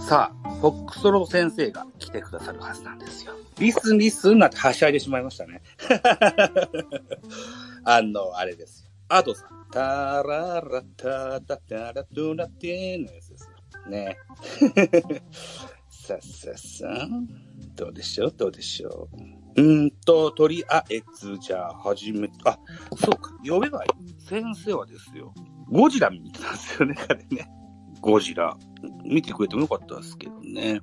さあ、フォックストロー先生が来てくださるはずなんですよ。リスンリスンなんてはしゃいでしまいましたね。 あの、あれですよ。アドさん。タララタタタラトゥラティーのやつですよ。ね。さっさっさん。どうでしょうどうでしょううーんと、とりあえず、じゃあ、始め、あ、そうか、呼べばいい。先生はですよ、ゴジラ見に来たんですよね、彼ね。ゴジラ。見てくれてもよかったですけどね。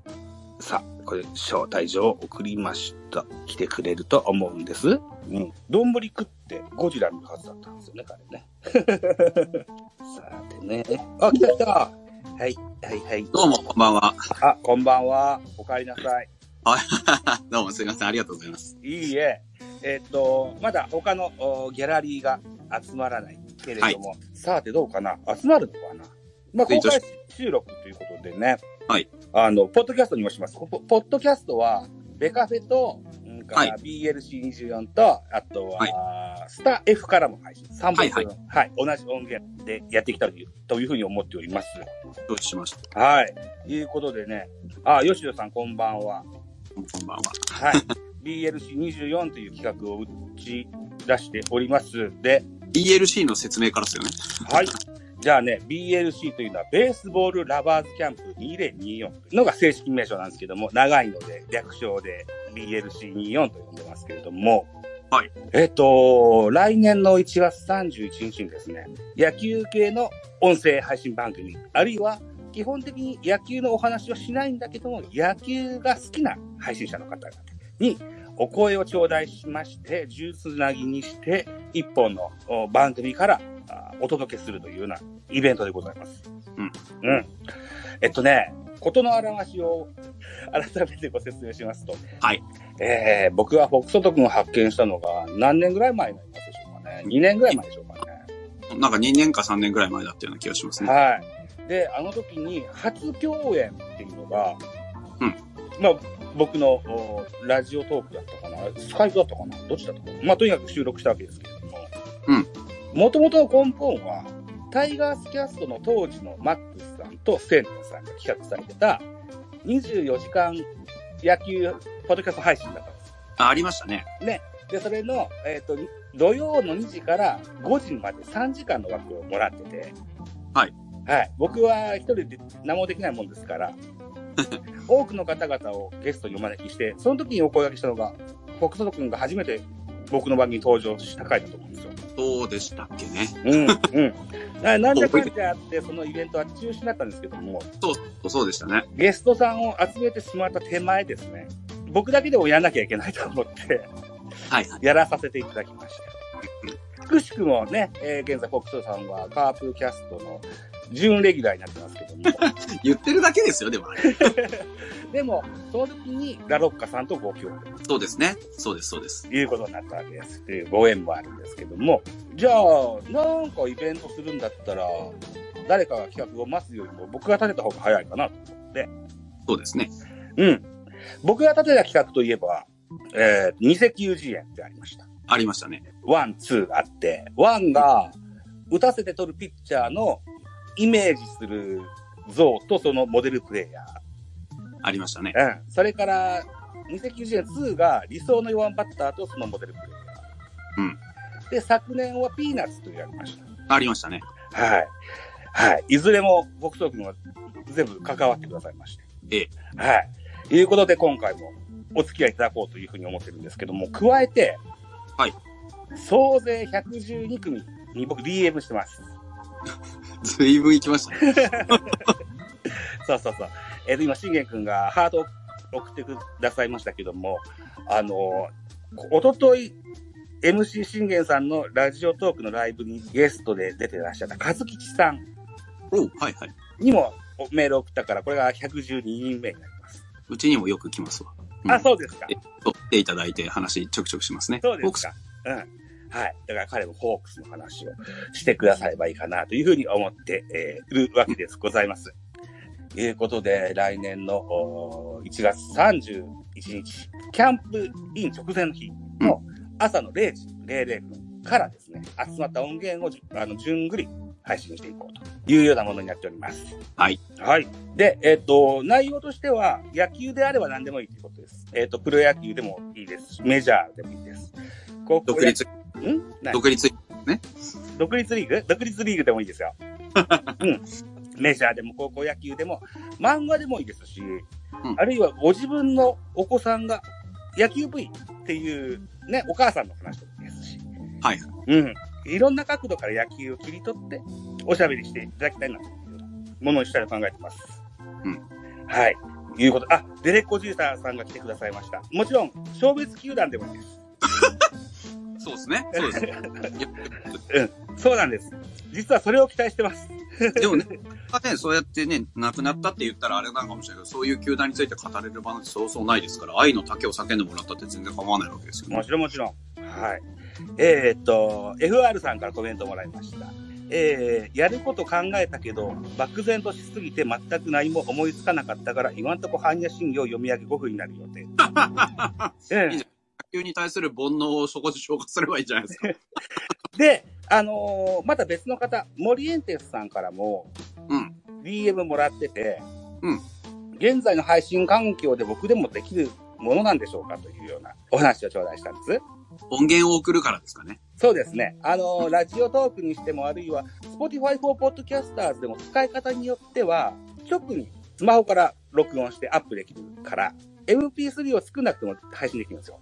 さあ、これ、招待状を送りました。来てくれると思うんです。うん。丼食ってゴジラ見るはずだったんですよね、彼ね。 さてね。あ、来た来たはい、はい、はい。どうも、こんばんは。 あ、こんばんは。お帰りなさい。どうも、すいません。ありがとうございます。いいえ。えっ、と、まだ他のおギャラリーが集まらないけれども、さてどうかな集まるのかなまあ、ツイ公ートし開収録ということでね。はい。あの、ポッドキャストにもします。こポポッドキャストは、ベカフェと、うんからはい BLC24 と、あとは、スター F からも配信。3本はい分、はい同じ音源でやってきたというというふうに思っております。承知しました。はい。ということでね、あ、吉野さんこんばんは。こんばんは。はい。BLC24 という企画を打ち出しておりますで、 BLC の説明からですよね。はい。じゃあね、BLC というのは、ベースボールラバーズキャンプ2024というのが正式名称なんですけども、長いので、略称で BLC24 と呼んでますけれども、はい。えっと、来年の1月31日にですね、野球系の音声配信番組、あるいは、基本的に野球のお話はしないんだけども、野球が好きな配信者の方々にお声を頂戴しまして、十つなぎにして、一本のお番組からあお届けするというようなイベントでございます。うん。うん。えっとね、ことの表しを 改めてご説明しますと。はい。えー、僕がフォックソト君を発見したのが何年ぐらい前になりますでしょうかね。2年ぐらい前でしょうかね。なんか2年か3年ぐらい前だったような気がしますね。はい。で、あの時に初共演っていうのが、うんまあ、僕のおラジオトークだったかな、スカイプだったかな、どっちだったかな、まあ、とにかく収録したわけですけれども、うんもともとの根本は、タイガースキャストの当時のマックスさんとセンタさんが企画されてた、24時間野球ポッドキャスト配信だったんです。あありましたね。ね。で、それの、えっ、と、土曜の2時から5時まで3時間の枠をもらってて。はい。はい。僕は一人で何もできないもんですから、多くの方々をゲストにお招きして、その時にお声掛けしたのが、フォックソト君が初めて僕の番組に登場した回だと思うんですよ。どうでしたっけね。うん、うん。ななんだかんだあって、そのイベントは中止になったんですけども、そうそうでしたね。ゲストさんを集めてしまった手前ですね、僕だけでもやらなきゃいけないと思って、はいはい。やらさせていただきました。くしくもね、えー現在、フォックスさんはカープキャストの準レギュラーになってますけども、言ってるだけですよ、でもあれ。 でも、その時にラロッカさんとご協力そうですね。そうです、そうです。ということになったわけです。というご縁もあるんですけども、じゃあ、なんかイベントするんだったら、誰かが企画を待つよりも僕が立てた方が早いかなと思って、そうですね。うん。僕が立てた企画といえば、えー、偽求人園ってありました。ありましたね。ワン、ツーあって、ワンが打たせて取るピッチャーのイメージする像とそのモデルプレイヤありましたね。ー。うん。それから、2090年2が理想の4バッターとそのモデルプレイヤー。うん。で、昨年はピーナッツとやりましありましたね。た。はい。はい。いずれも、僕と君は全部関わってくださいまして。ええはい。ということで、今回もお付き合いいただこうというふうに思ってるんですけども、加えて、はい。総勢112組に僕 DM してます。ずいぶん行きましたね。そうそうそう。えっ、と、今、信玄君がハートを送ってくださいましたけども、あの、おととい、MC 信玄さんのラジオトークのライブにゲストで出てらっしゃった和吉さんおうはいはい。にもメールを送ったから、これが112人目になります。うちにもよく来ますわ。うんあ、そうですか。撮っていただいて話ちょくちょくしますね。そうで僕すか。うん。はい。だから彼もホークスの話をしてくださればいいかなというふうに思って、えーいるわけです。ございます。いうことで、来年のおー1月31日、キャンプイン直前の日の朝の0時00分からですね、集まった音源をじゅあの順繰り配信していこうというようなものになっております。はい。はい。で、えっ、と、内容としては、野球であれば何でもいいということです。えっ、と、プロ野球でもいいです。メジャーでもいいです。高校独立、野ん何独立、独立リーグ独立リーグでもいい ですよ。うん。メジャーでも高校野球でも、漫画でもいいですし、んあるいはご自分のお子さんが野球部員っていうね、お母さんの話でもいいですし、はい。うん。いろんな角度から野球を切り取って、おしゃべりしていただきたいなというものにしたいと考えてます。うん。はい。いうこと。あ、デレッコジーターさんが来てくださいました。もちろん、小別球団でもいいです。そうですね。そ うですね。いやそうなんです。実はそれを期待してます。でもね、まあね、そうやってね、亡くなったって言ったらあれなのかもしれないけど、そういう球団について語れる場なんてそうそうないですから、愛の丈を叫んでもらったって全然構わないわけですよもね。ちろんもちろん。はい。えーっと、FR さんからコメントもらいました。えーやること考えたけど、漠然としすぎて全く何も思いつかなかったから、今んとこ般若心経を読み上げ5分になる予 定。ええ野球に対する煩悩をそこで消化すればいいじゃないですか。で、あのーまた別の方、モリエンテスさんからもうん DM もらってて、うん現在の配信環境で僕でもできるものなんでしょうかというようなお話を頂戴したんです。音源を送るからですかね。そうですね。あのー、ラジオトークにしても、あるいは、Spotify for Podcasters でも使い方によっては、直にスマホから録音してアップできるから、MP3 を少なくとも配信できるんですよ。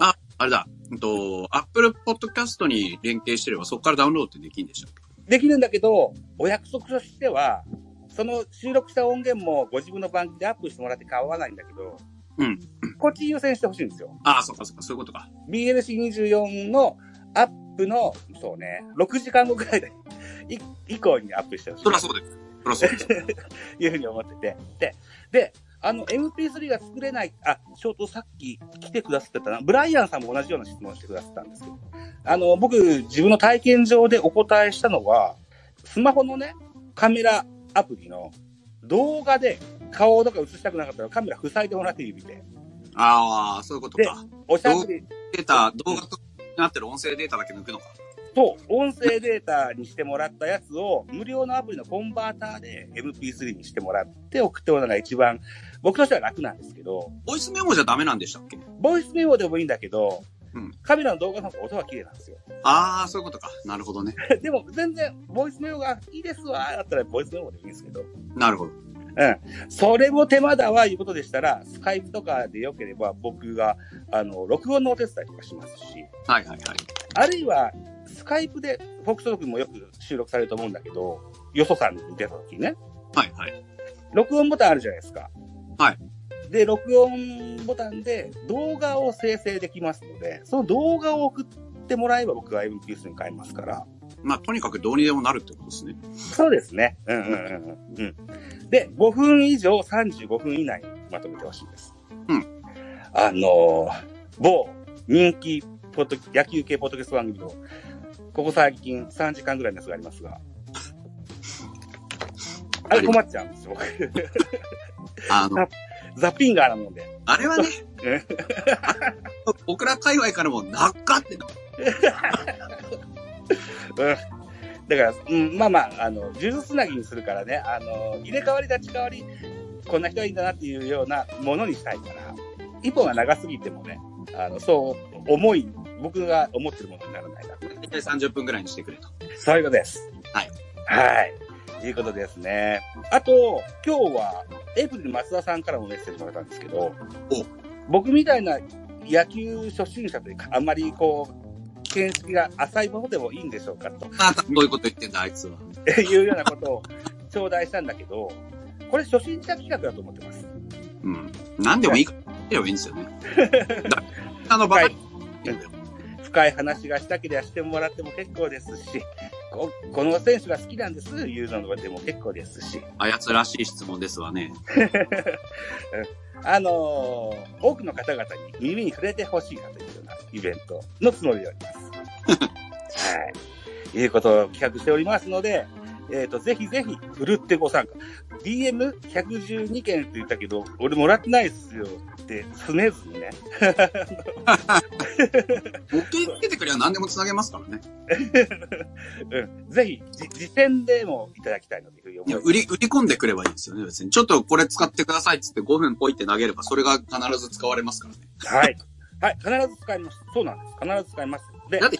あ、あれだ。うんと、Apple Podcast に連携してればそこからダウンロードってできるんでしょできるんだけど、お約束としては、その収録した音源もご自分の番組でアップしてもらって構わないんだけど、うん。こっち優先してほしいんですよ。ああ、そっかそっか、そういうことか。 BLC24 のアップの、そうね、6時間後くらいで、い以降にアップしてほしい。そりゃそうです。そりゃそうです。いうふうに思ってて。で、で、あの、MP3 が作れない、あ、ショートさっき来てくださってたな、ブライアンさんも同じような質問してくださったんですけど、あの、僕、自分の体験上でお答えしたのは、スマホのね、カメラアプリの動画で顔とか映したくなかったらカメラ塞いでもらって指で、ああ、そういうことか。おしゃべりデータ、動画となってる音声データだけ抜くのか。と音声データにしてもらったやつを無料のアプリのコンバーターで MP3 にしてもらって送ってもらうのが一番僕としては楽なんですけど、ボイスメモじゃダメなんでしたっけボイスメモでもいいんだけど、うんカメラの動画の方が音は綺麗なんですよ。 ああ、そういうことか。なるほどね。でも全然、ボイスメモがいいですわ、だったらボイスメモでいいんですけど、なるほど。それも手間だわ、いうことでしたら、スカイプとかで良ければ僕が、あの、録音のお手伝いとかしますし、はいはいはい。あるいは、スカイプで、フォックストロークもよく収録されると思うんだけど、よそさんに出た時ね、はいはい。録音ボタンあるじゃないですか。はい。で、録音ボタンで動画を生成できますので、その動画を送ってもらえば僕は MPS に変えますから。まあ、とにかくどうにでもなるってことですね。そうですね。うんうんうんうん。うん、で、5分以上35分以内にまとめてほしいです。うん。あのー某人気ポッド野球系ポッドキャスト番組の、ここ最近3時間ぐらいのやつがありますが、あれ困っちゃうんですよ、僕。あ の、ザ・ピンガーなもんで。あれはねえ、 僕ら界隈からも、なっかってな。だから、うん、まあまあ、あの、呪術つなぎにするからね、あの、入れ替わり立ち替わり、こんな人がいいんだなっていうようなものにしたいから、一本が長すぎてもね、あの、そう、重い、僕が思ってるものにならないな。大体30分くらいにしてくれと。そういうことです。はい。はい。ということですね。あと、今日は、エイプリル松田さんからもメッセージもらったんですけど、僕みたいな野球初心者というか、あんまりこう、見識が浅いものでもいいんでしょうかと。あどういうこと言ってんだ、あいつは。って いうようなことを頂戴したんだけど、これ初心者企画だと思ってます。うん。何でもいいから、言ってればいいんですよね。 だあの、バカに言うんだよ深い話がしたければしてもらっても結構ですし、ここの選手が好きなんですいうのでも結構ですし、あやつらしい質問ですわね。あのー多くの方々に耳に触れてほしいなというようなイベントのつもりでおります。はい。いうことを企画しておりますので、えっ、と、ぜひぜひ、ふるってご参加。DM112 件って言ったけど、俺もらってないっすよって、すねずにね。 持ってきてくれば何でもつなげますからね。うん。ぜひ、じ時点でもいただきたいなというふうにい思いや、ます。売り、売り込んでくればいいですよね、別に。ちょっとこれ使ってくださいっつって5分ポイって投げれば、それが必ず使われますからね。はい。はい。必ず使います。そうなんです。必ず使います。でだ、って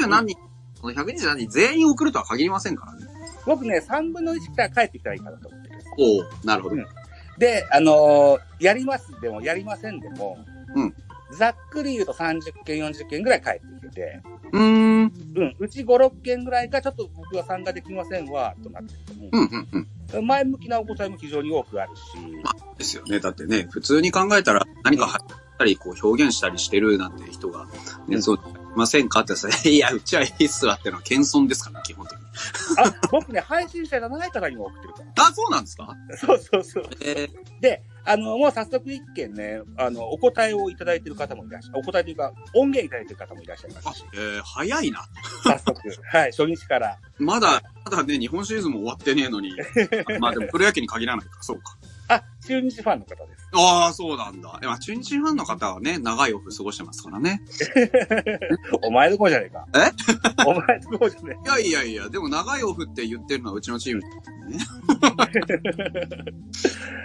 1何人、この120何人全員送るとは限りませんからね。僕ね、3分の1から帰ってきたらいいかなと思ってる。おおなるほど。うんで、あのーやりますでも、やりませんでも、うんざっくり言うと30件、40件ぐらい返ってきてて、うーん。うん、うん、うち5、6件ぐらいがちょっと僕は参加できませんわ、となってるとうん、うん。思う前向きなお答えも非常に多くあ るし、ですよね。だってね、普通に考えたら何か入ったり、こう表現したりしてるなんて人が、うね、んそう、いませんかってさ、 いや、うちはいいっすわってのは謙遜ですからね、基本的に。あ、僕ね、配信者じゃない方にも送ってるか。あ、そうなんですからそうそうそう。えー、で、あの、もう早速一件ね、あの、お答えをいただいてる方もいらっしゃお答えというか、音源いただいてる方もいらっしゃいますし、えー早いな。早速、はい、初日から、まだ、まだね、日本シリーズも終わってねえ のに。まあでも、プロ野球に限らないか、そうか。あ、中日ファンの方です。ああ、そうなんだ。まあ、中日ファンの方はね、長いオフ過ごしてますからね。お前のこじゃねえか。え お前のこじゃねいやいやいや、でも長いオフって言ってるのはうちのチーム。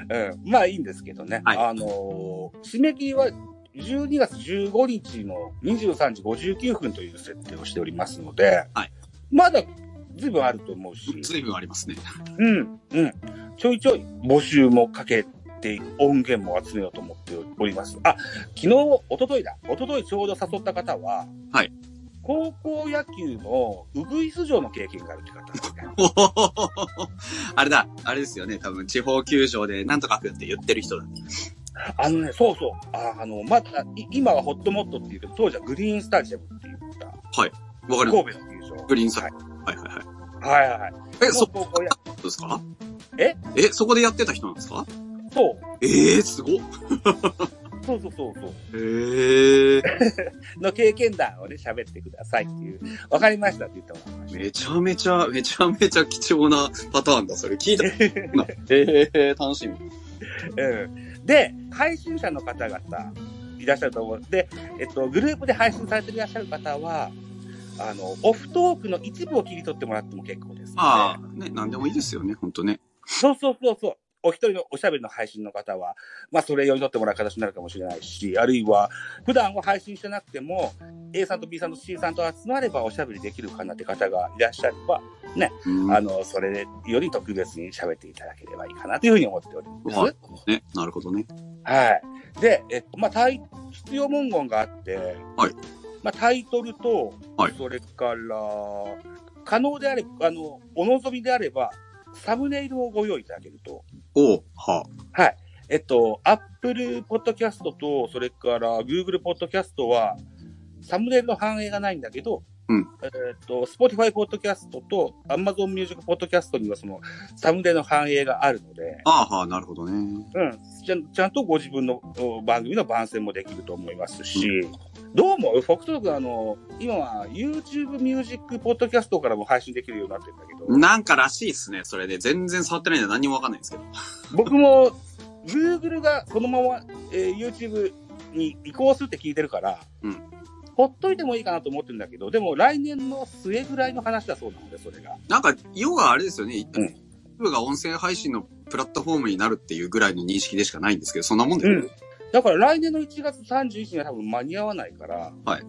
え。うん。まあいいんですけどね。はいあのー締め切りは12月15日の23時59分という設定をしておりますので、はいまだ随分あると思うし、随分ありますね。うん、うん。ちょいちょい募集もかけて音源も集めようと思っております。あ、昨日、一昨日だ。一昨日ちょうど誘った方は、はい。高校野球のウグイス城の経験があるって方ですね。おほほほほ あれだ、あれですよね。多分、地方球場でなんとかくんって言ってる人だ。あのね、そうそう。ああの、まだ、い今はホットモットっていうけど、当時はグリーンスタジアムって言った。わかり神ます。戸の球場。グリーンサイははいいはいはい。はいはいはい。え、そもう高校や、うですかええ、そこでやってた人なんですかそう。ええー、すごっ。そうそうそうそう。ええの経験談をね、喋ってくださいっていう。わかりましたって言ってもらいました。めちゃめちゃ、めちゃめちゃ貴重なパターンだ。それ聞いた。なええー、楽しみ。うん。で、配信者の方々、いらっしゃると思う。で、えっと、グループで配信されていらっしゃる方は、あの、オフトークの一部を切り取ってもらっても結構です、ね。まあ、ね、なんでもいいですよね、ほんとね。そうそうそうそう。お一人のおしゃべりの配信の方は、まあ、それ用に取ってもらう形になるかもしれないし、あるいは、普段は配信してなくても、A さんと B さんと C さんと集まればおしゃべりできるかなって方がいらっしゃれば、うんあの、それより特別に喋っていただければいいかなというふうに思っております。はいね、なるほどね。はい。で、えっと、まあ、タイ、必要文言があって、はいまあ、タイトルと、はいそれから、可能であれば、あの、お望みであれば、サムネイルをご用意いただけると、おう、ははい。えっと、Apple Podcast と、それから Google Podcast は、サムネイルの反映がないんだけど、うんえっと、Spotify Podcast と Amazon Music Podcast にはそのサムネイルの反映があるので、あ、ああ、はあ、なるほどね。うん、ちゃんちゃんとご自分のお番組の番宣もできると思いますし、どうも、フォクトロックあの、今は YouTube Music Podcast からも配信できるようになってるんだけど、なんからしいっすね、それで。全然触ってないんで何にもわかんないんですけど。僕も Google がそのまま、えー YouTube に移行するって聞いてるから、うんほっといてもいいかなと思ってるんだけど、でも来年の末ぐらいの話だそうなので、それが。なんか、要はあれですよね。一うん部が音声配信のプラットフォームになるっていうぐらいの認識でしかないんですけど、そんなもんだよね。だから来年の1月31日には多分間に合わないから、はい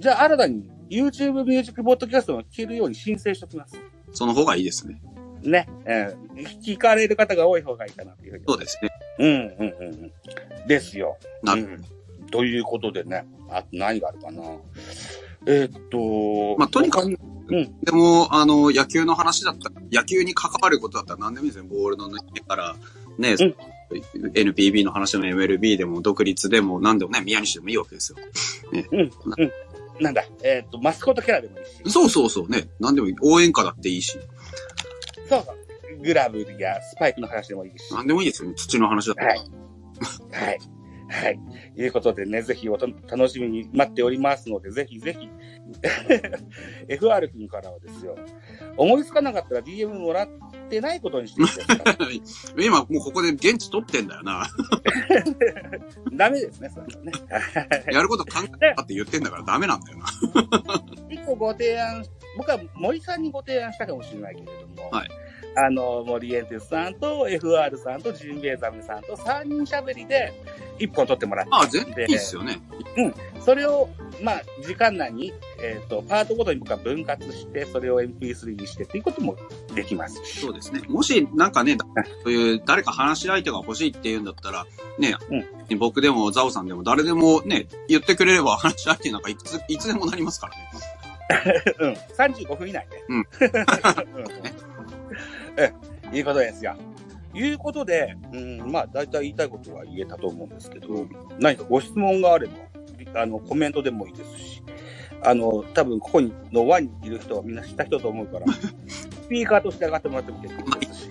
じゃあ新たに YouTube Music Podcast を聞けるように申請しておきます。その方がいいですね。ね、えー聞かれる方が多い方がいいかなっていうふうに。そうですね。うんうんうんうん。ですよ。なうるん。ということでね、あと何があるかな。えーっと、まあとにか他くにでも、あの、野球の話だったら、野球に関わることだったら何でもいいですね。ボールの抜けから、ね、ん NPB の話でも MLB でも、独立でも、何でもね、宮西でもいいわけですよ。なんだ、えーっと、マスコットキャラでもいいし、そうそうそうね。何でもいい。応援歌だっていいし。そうそう、グラブやスパイクの話でもいいし、は何でもいいですよね。土の話だったら。はいい。はい。いうことでね、ぜひおと楽しみに待っておりますので、ぜひぜひ、 FR 君からはですよ、思いつかなかったら DM もらってないことにしていいですか 今、もうここで現地取ってんだよな。ダメですね、それはね。やること考えたって言ってんだからダメなんだよ な。一個ご提案、僕は森さんにご提案したかもしれないけれども、はいあの、森エンテスさんと FR さんとジンベエザメさんと3人しゃべりで1本撮ってもらって、ああ、全然いいっすよね。それを、まあ、時間内に、えっ、と、パートごとに僕は分割して、それを MP3 にしてっていうこともできますし。そうですね。もし、なんかね、そういう誰か話し相手が欲しいっていうんだったら、ね、僕でもザオさんでも誰でもね、言ってくれれば話し相手なんかいつ、いつでもなりますからね。うん、35分以内で。 うんうん。いうことですよ。いうことで、うん、まあ、大体言いたいことは言えたと思うんですけど、何かご質問があれば、あの、コメントでもいいですし、あの、多分ここにの輪にいる人はみんな知った人と思うから、スピーカーとして上がってもらっても結構ですし。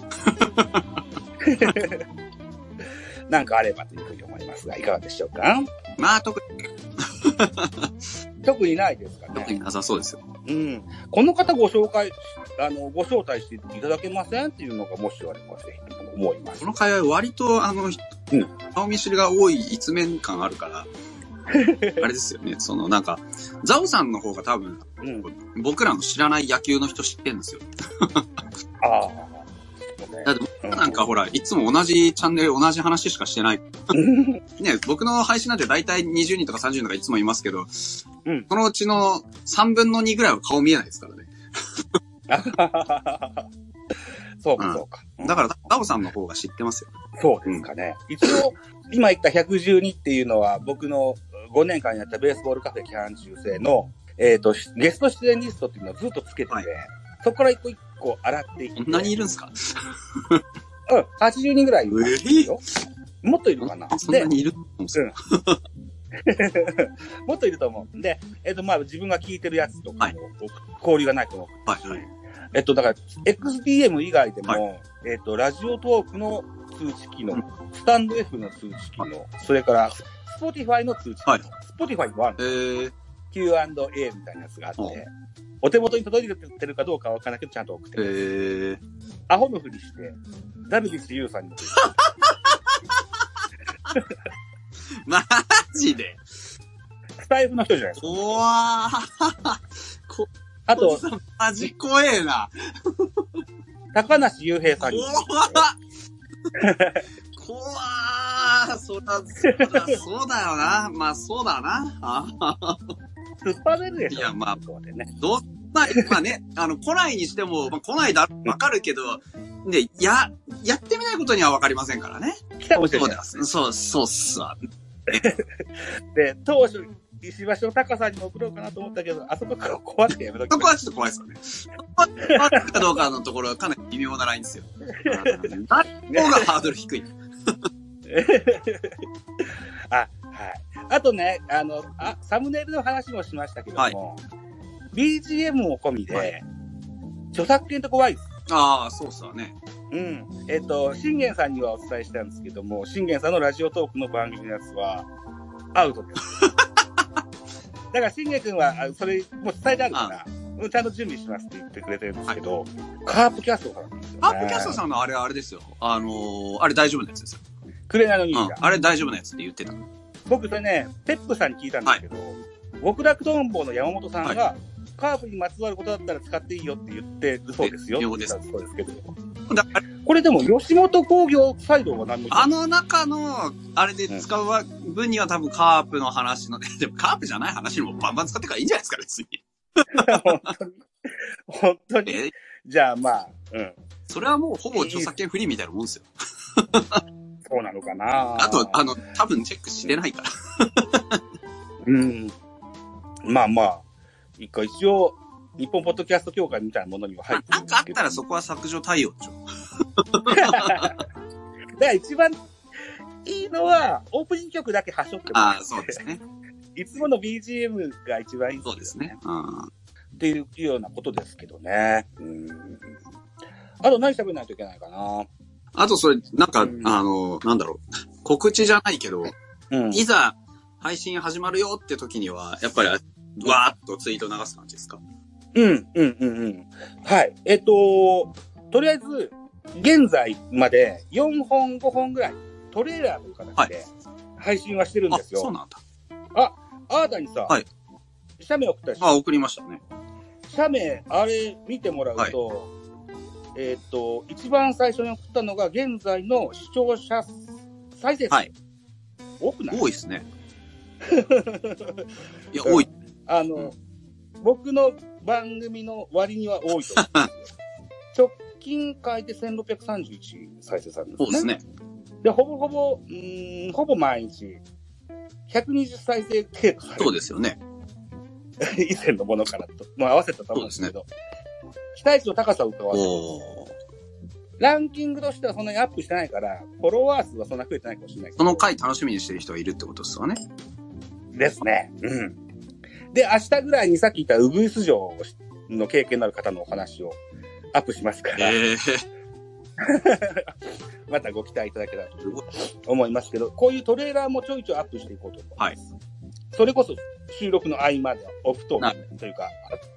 なんかあればというふうに思いますが、いかがでしょうかまあ、特に、特にないですかね。特になさそうですよ。うん、この方ご紹介、あの、ご招待していただけませんっていうのが、もしあればぜひとも思いますこ。の会話割と、あの、うん顔見知りが多い一面感あるから、あれですよね。 その、なんか、ザオさんの方が多分、うん。僕らの知らない野球の人知ってんですよ。ああ。そうねだって僕なんかほら、いつも同じチャンネル同じ話しかしてない。うん ね、僕の配信なんて大体20人とか30人とかいつもいますけど、うんそのうちの3分の2ぐらいは顔見えないですからね。そうか、そうか。だから、ダオさんの方が知ってますよ。そうですかね。一応、今言った112っていうのは、僕の5年間やったベースボールカフェキャン中制の、えっ、と、ゲスト出演リストっていうのをずっとつけてて、はいそこから一個一個洗っていって、こんなにいるんすかうん、80人ぐらいいますよ。もっといるかな。そんなでにいると思うんですよ。もっといると思うんで、えっ、と、まあ、自分が聞いてるやつとかも、交流がないと思う。はい、はい。えっと、だから、XDM 以外でも、えっと、ラジオトークの通知機能、うんスタンド F の通知機能、それから、Spotify の通知機能、はい Spotify はえー、 Q&A みたいなやつがあって、うんお手元に届いてるかどうかはわからないけど、ちゃんと送ってえくれる、ー、アホのふりして、ダルビッシュ有さんに。マジでスタイフの人じゃないですか。怖ー。あと、、マジ怖えな。高梨雄平さんに。怖っ。怖ー。そら、そら、そうだよな。まあ、そうだな。あ突っ張れるでしょ。いやまあ向こうでね。どう、まあ、まあね、あの、来ないにしても、まあ、来ないだ、わかるけど、ね、や、やってみないことにはわかりませんからね。来たかもしれそないうだ。そう、そうっすわ。で、当初、石橋の高さんに送ろうかなと思ったけど、あそこ から壊してやめときそまこはちょっと怖いですよね。そこはあるかどうかのところはかなり微妙なラインですよ。うん誰の方がハードル低い。あ、はい。あとね、あの、あ、サムネイルの話もしましたけども、はい BGM も込みで、は著作権と怖いです。ああ、そうっすわね。うん。えっ、と、信玄さんにはお伝えしたんですけども、信玄さんのラジオトークの番組のやつは、アウトです。 だから、信玄君は、あそれ、もう伝えてあるから、うんちゃんと準備しますって言ってくれてるんですけど、カープキャストからなんですよ、ね。アップキャストさんのあれ、あれですよ。あのー、あれ大丈夫なやつですよ。くれなの忍うん者。。あれ大丈夫なやつって言ってた。僕それね、ペップさんに聞いたんですけど、極楽どんぼの山本さんが、カープにまつわることだったら使っていいよって言ってるそうですよ。え了解ですそうですけど。だあれこれでも、吉本興業サイドは何も言ってあの中の、あれで使う分には多分カープの話の、でもカープじゃない話にもバンバン使ってからいいんじゃないですか、 別に。ない、本当に。本当に。え、じゃあまあ、うん。それはもうほぼ著作権フリーみたいなもんですよ。そうなのかなあと、あの、多分チェックしてないから。うん。まあまあ、一回一応、日本ポッドキャスト協会みたいなものには入ってなるんんでかあすっけど。たらそこは削除対応でしょ。だから一番いいのは、オープニング曲だけ端折ってもらっあてあ、そうですね。 いつもの BGM が一番いい、そうですね。。うん。っていうようなことですけどね。うん。あと何喋らないといけないかな。あとそれ、なんか、うんあの、なんだろう。告知じゃないけど、うん。いざ配信始まるよって時には、やっぱり、わーっとツイート流す感じですかうん、うん、うん、うん。はい。えっ、と、とりあえず、現在まで4本、5本ぐらい、トレーラーという形で配信はしてるんあで、すそうよ。なんだ。あーだにさ、はい写メ送ったでしょあ、送りましたね。写メ、あれ見てもらうと、えっ、と、一番最初に送ったのが、現在の視聴者再生数。はい多くない多いです ね。いや、多い。あの、うん僕の番組の割には多いと思うん ですよ。直近回で1631再生されるんでそうすでね。すね。で、ほぼほぼ、うーん、ほぼ毎日、120再生程度されそうる。ですよね。以前のものからと、まあ合わせたと思うんですけど。期待値の高さを伺わせておーランキングとしてはそんなにアップしてないから、フォロワー数はそんな増えてないかもしれないけどその回楽しみにしてる人がいるってことですよね。ですね。うん。で、明日ぐらいにさっき言ったウグイス城の経験のある方のお話をアップしますから、ええー。またご期待いただけたらと思いますけど、こういうトレーラーもちょいちょいアップしていこうと思います。それこそ収録の合間でオフトなークというか、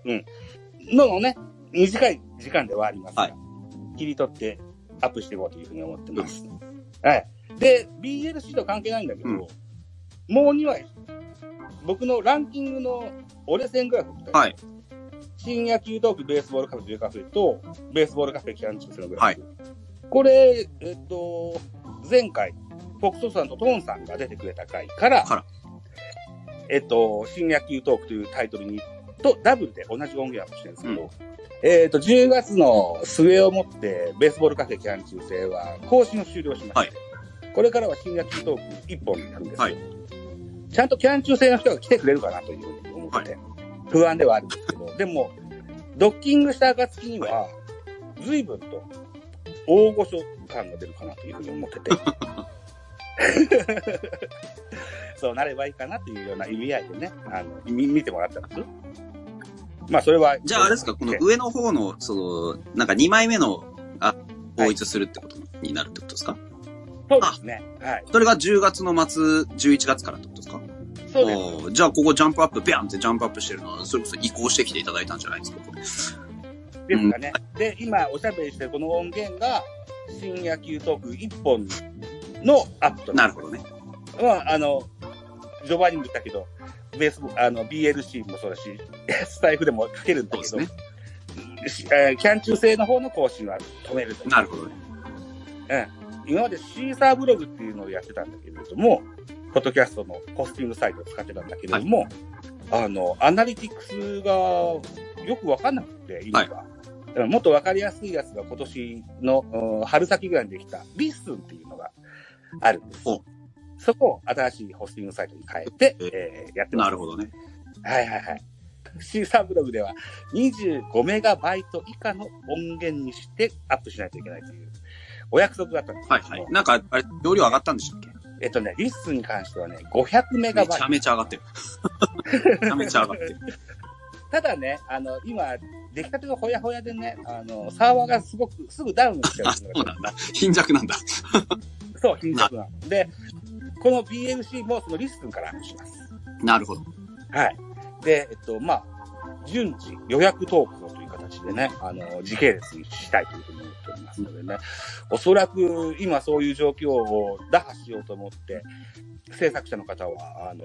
うん。ののね、短い時間ではありますが、はい切り取ってアップしていこうというふうに思ってます。はい。で、BLC と関係ないんだけど、うんもう2話僕のランキングの折れ線グラフみたいなはい。新野球トーク、ベースボールカフェ、ビューカフェと、ベースボールカフェ、キャンチスのグラフ。これ、えっと、前回、フォックソさんとトーンさんが出てくれた回から、からえっと、新野球トークというタイトルに、とダブルで同じ音源をしてるんですけど、えっと、10月の末をもって、ベースボールカフェ、キャンチ制は更新を終了しました。はいこれからは新野球トーク1本になるんですよ。はいちゃんとキャン中制の人が来てくれるかなというふうに思ってて、不安ではあるんですけ ど、でも、ドッキングした暁には、随分と大御所感が出るかなというふうに思ってて、 そうなればいいかなというような意味合いでね、あの、み見てもらったんです。まあ、それは。じゃあ、あれですか、このえ上の方の、その、なんか2枚目の、あ、統一するってことになるってことですかそうですね。はい。それが10月の末、11月からってことですかそうです。おーじゃあ、ここジャンプアップ、ビャンってジャンプアップしてるのは、それこそ移行してきていただいたんじゃないですかこれですかね。で、今おしゃべりしてるこの音源が、新野球トーク1本のアップとなるほどね。まあ、あの、序盤にも言ったけど、ベースボ、あの、BLC もそうだし、 スタイフでもかけるんだそうけでど、すね。しえーキャン中制の方の更新は止めると。なるほどね。今までシーサーブログっていうのをやってたんだけれども、ポッドキャストのホスティングサイトを使ってたんだけれども、あの、アナリティクスがよくわかんなくて、今が。だからもっとわかりやすいやつが今年のうん春先ぐらいにできたリッスンっていうのがあるんですお。そこを新しいホスティングサイトに変えて、えーやってます。なるほどね。はいはいはい。シーサーブログでは25メガバイト以下の音源にしてアップしないといけないというお約束だったんですけはいどもはい。なんか、あれ、容量上がったんでしたっけえっとね、リッスンに関してはね、500メガバめイちトゃ。めちゃ上がってる。 めちゃめちゃ上がってる。ただね、あの、今、出来たてがほやほやでね、あの、サーバーがすごく、すぐダウンしちゃあ、うそのうが。なんだ。貧弱なんだ。そう、貧弱なの。で、この BMC もそのリッスンから話します。なるほど。はい。で、えっと、まあ、順次予約投稿という形でね、あの、時系列にしたいというふうに思っておりますのでね、おそらく今そういう状況を打破しようと思って、制作者の方は、あの、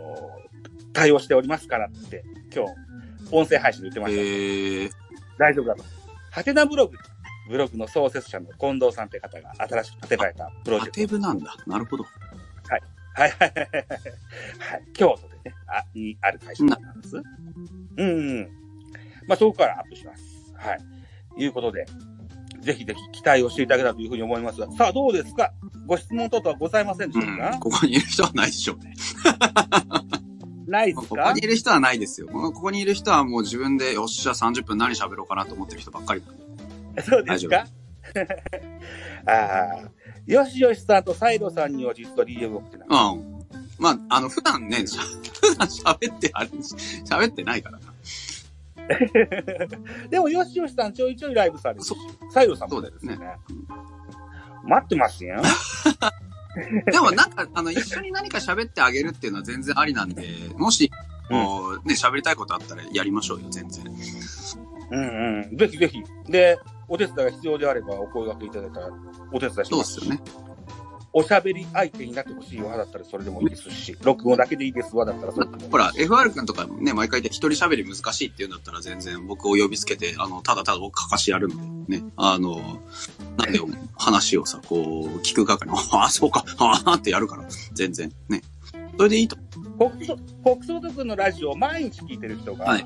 対応しておりますからって、今日、音声配信で言ってました。えー、大丈夫だと。ハテナブログ、ブログの創設者の近藤さんという方が新しく立てられたプロジェアクト。テブなんだ。なるほど。はいはいはいはいはい。京都でね、あ、にある会社なんです。うん、うん。まあ、そこからアップします。はい。いうことで、ぜひぜひ期待をしていただけたらというふうに思いますが、さあどうですかご質問等々はございませんでうしたかん。、ここにいる人はないでしょうね。ないでこすこかにいる人はないですよ。ここにいる人はもう自分で、よっしゃ、30分何喋ろうかなと思ってる人ばっかりなんで。そうですか ああ。よしよしさんとサイドさんには実は DM を送ってない。うん。まあ、あの、普段ね、 しゃ普段喋ってあれ、喋ってないからな。 でも、よしよしさんちょいちょいライブされるしそ、サイドさんそもうだよね。待ってますよ。でもなんか、あの、一緒に何か喋ってあげるっていうのは全然ありなんで、もし、こうね、喋りたいことあったらやりましょうよ、全然。うんうん。ぜひぜひ。で、お手伝いが必要であればお声掛けいただいたらお手伝いしそうま。ですすよね。おしゃべり相手になってほしいわだったらそれでもいいですし、録音だけでいいですわだったらそれでもいいですほら、FR 君とかね、毎回言って一人喋り難しいっていうんだったら全然僕を呼びつけて、あの、ただただ僕かかしやるんで、ね。あの、なんで話をさ、こう、聞く係の、 ああ、そうか、ああってやるから、全然。ね。それでいいと。国葬国葬族のラジオを毎日聞いてる人が、はい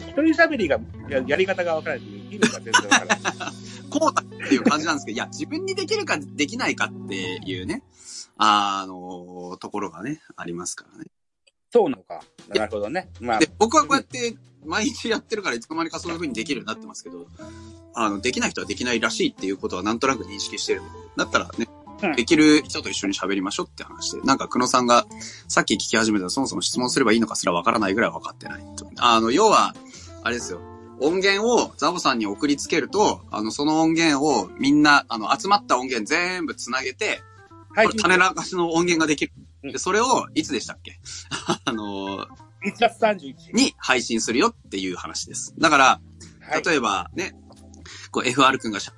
一人喋りがややり方が分からないと生きるか全然分から ない。こうだっていう感じなんですけど、いや、自分にできるかできないかっていうね、あの、ところがね、ありますからね。そうなのか。なるほどね。まあ、で、僕はこうやって毎日やってるからいつの間にかそういう風にできるようになってますけど、あの、できない人はできないらしいっていうことはなんとなく認識してるんで、だったらね、うんできる人と一緒に喋りましょうって話で、なんか久野さんがさっき聞き始めたらそもそも質問すればいいのかすらわからないぐらいわかってないと。あの、要は、あれですよ。音源をザボさんに送りつけると、あの、その音源をみんな、あの、集まった音源全部つなげて、はい、これ種らかしの音源ができる。うんでそれを、いつでしたっけ あ1の、月31日。に配信するよっていう話です。だから、はい、例えばね、こう FR 君がしゃ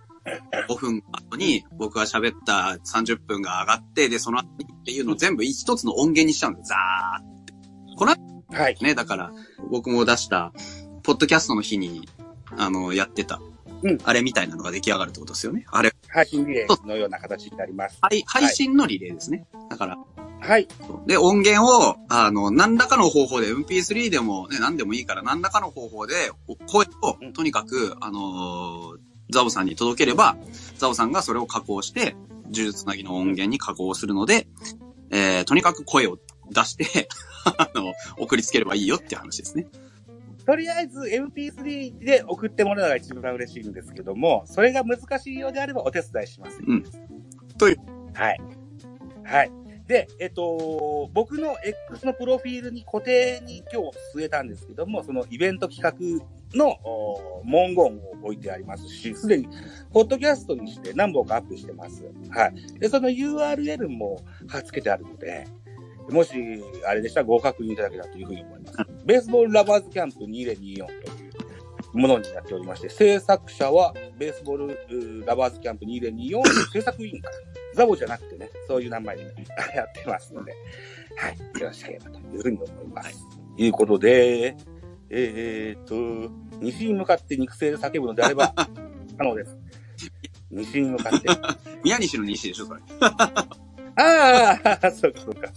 5分後に僕が喋った30分が上がって、で、その後にっていうのを全部一つの音源にしちゃうんです。ザーって。この後はい。ね、だから僕も出した、ポッドキャストの日に、あの、やってた、うんあれみたいなのが出来上がるってことですよね。あれ、配信リレーのような形になります。配配信のリレーですね。だから、はい。で、音源を、あの、何らかの方法で、MP3 でも、ね、何でもいいから、何らかの方法で、お声をうん、とにかく、あのーザオさんに届ければ、ザオさんがそれを加工して、呪術つなぎの音源に加工するので、えー、とにかく声を出して、 あの、送りつければいいよって話ですね。とりあえず MP3 で送ってもらうのが一番嬉しいんですけども、それが難しいようであればお手伝いします。うんという。はい。はい。で、えっと、僕の X のプロフィールに固定に今日据えたんですけども、そのイベント企画のお文言を置いてありますし、すでに、ポッドキャストにして何本かアップしてます。はい。で、その URL も貼っ付けてあるので、もし、あれでしたらご確認いただけたらというふうに思います。ベースボールラバーズキャンプ2024というものになっておりまして、制作者はベースボールうーラバーズキャンプ2024制作委員会。ザボじゃなくてね、そういう名前でねやってますので、はい、よろしければというふうに思います。ということで、えー、っと、西に向かって肉声で叫ぶのであれば、 可能です。西に向かって。宮西の西でしょ、それ。ああ、そうかそうか。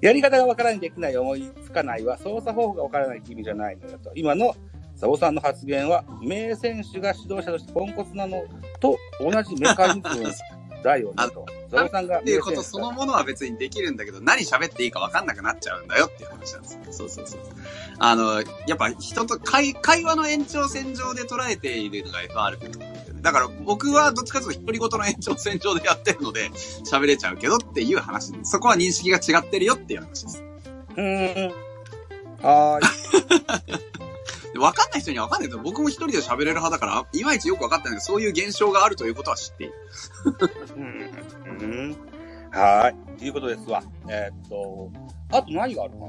やり方がわからない、できない、思いつかないは、操作方法がわからないって意味じゃないのよと。今のサボさんの発言は、名選手が指導者としてポンコツなのと同じメカニズムだよねと。サボさんがってい名うこ選と手そだのものは別にできるんだけど、何喋っていいか分かんなくなっちゃうんだよっていう話なんですよ。そうそうそう。あの、やっぱ人と会会話の延長線上で捉えているのが FR 君なんですよね。だから僕はどっちかというと独り言の延長線上でやってるので、喋れちゃうけどっていう話です。そこは認識が違ってるよっていう話です。うーん。はーい。で分かんない人には分かんないけど、僕も一人で喋れる派だから、いまいちよく分かってないけど、そういう現象があるということは知っている。うん。はーい。ということですわ。えーっと、あと何があるかな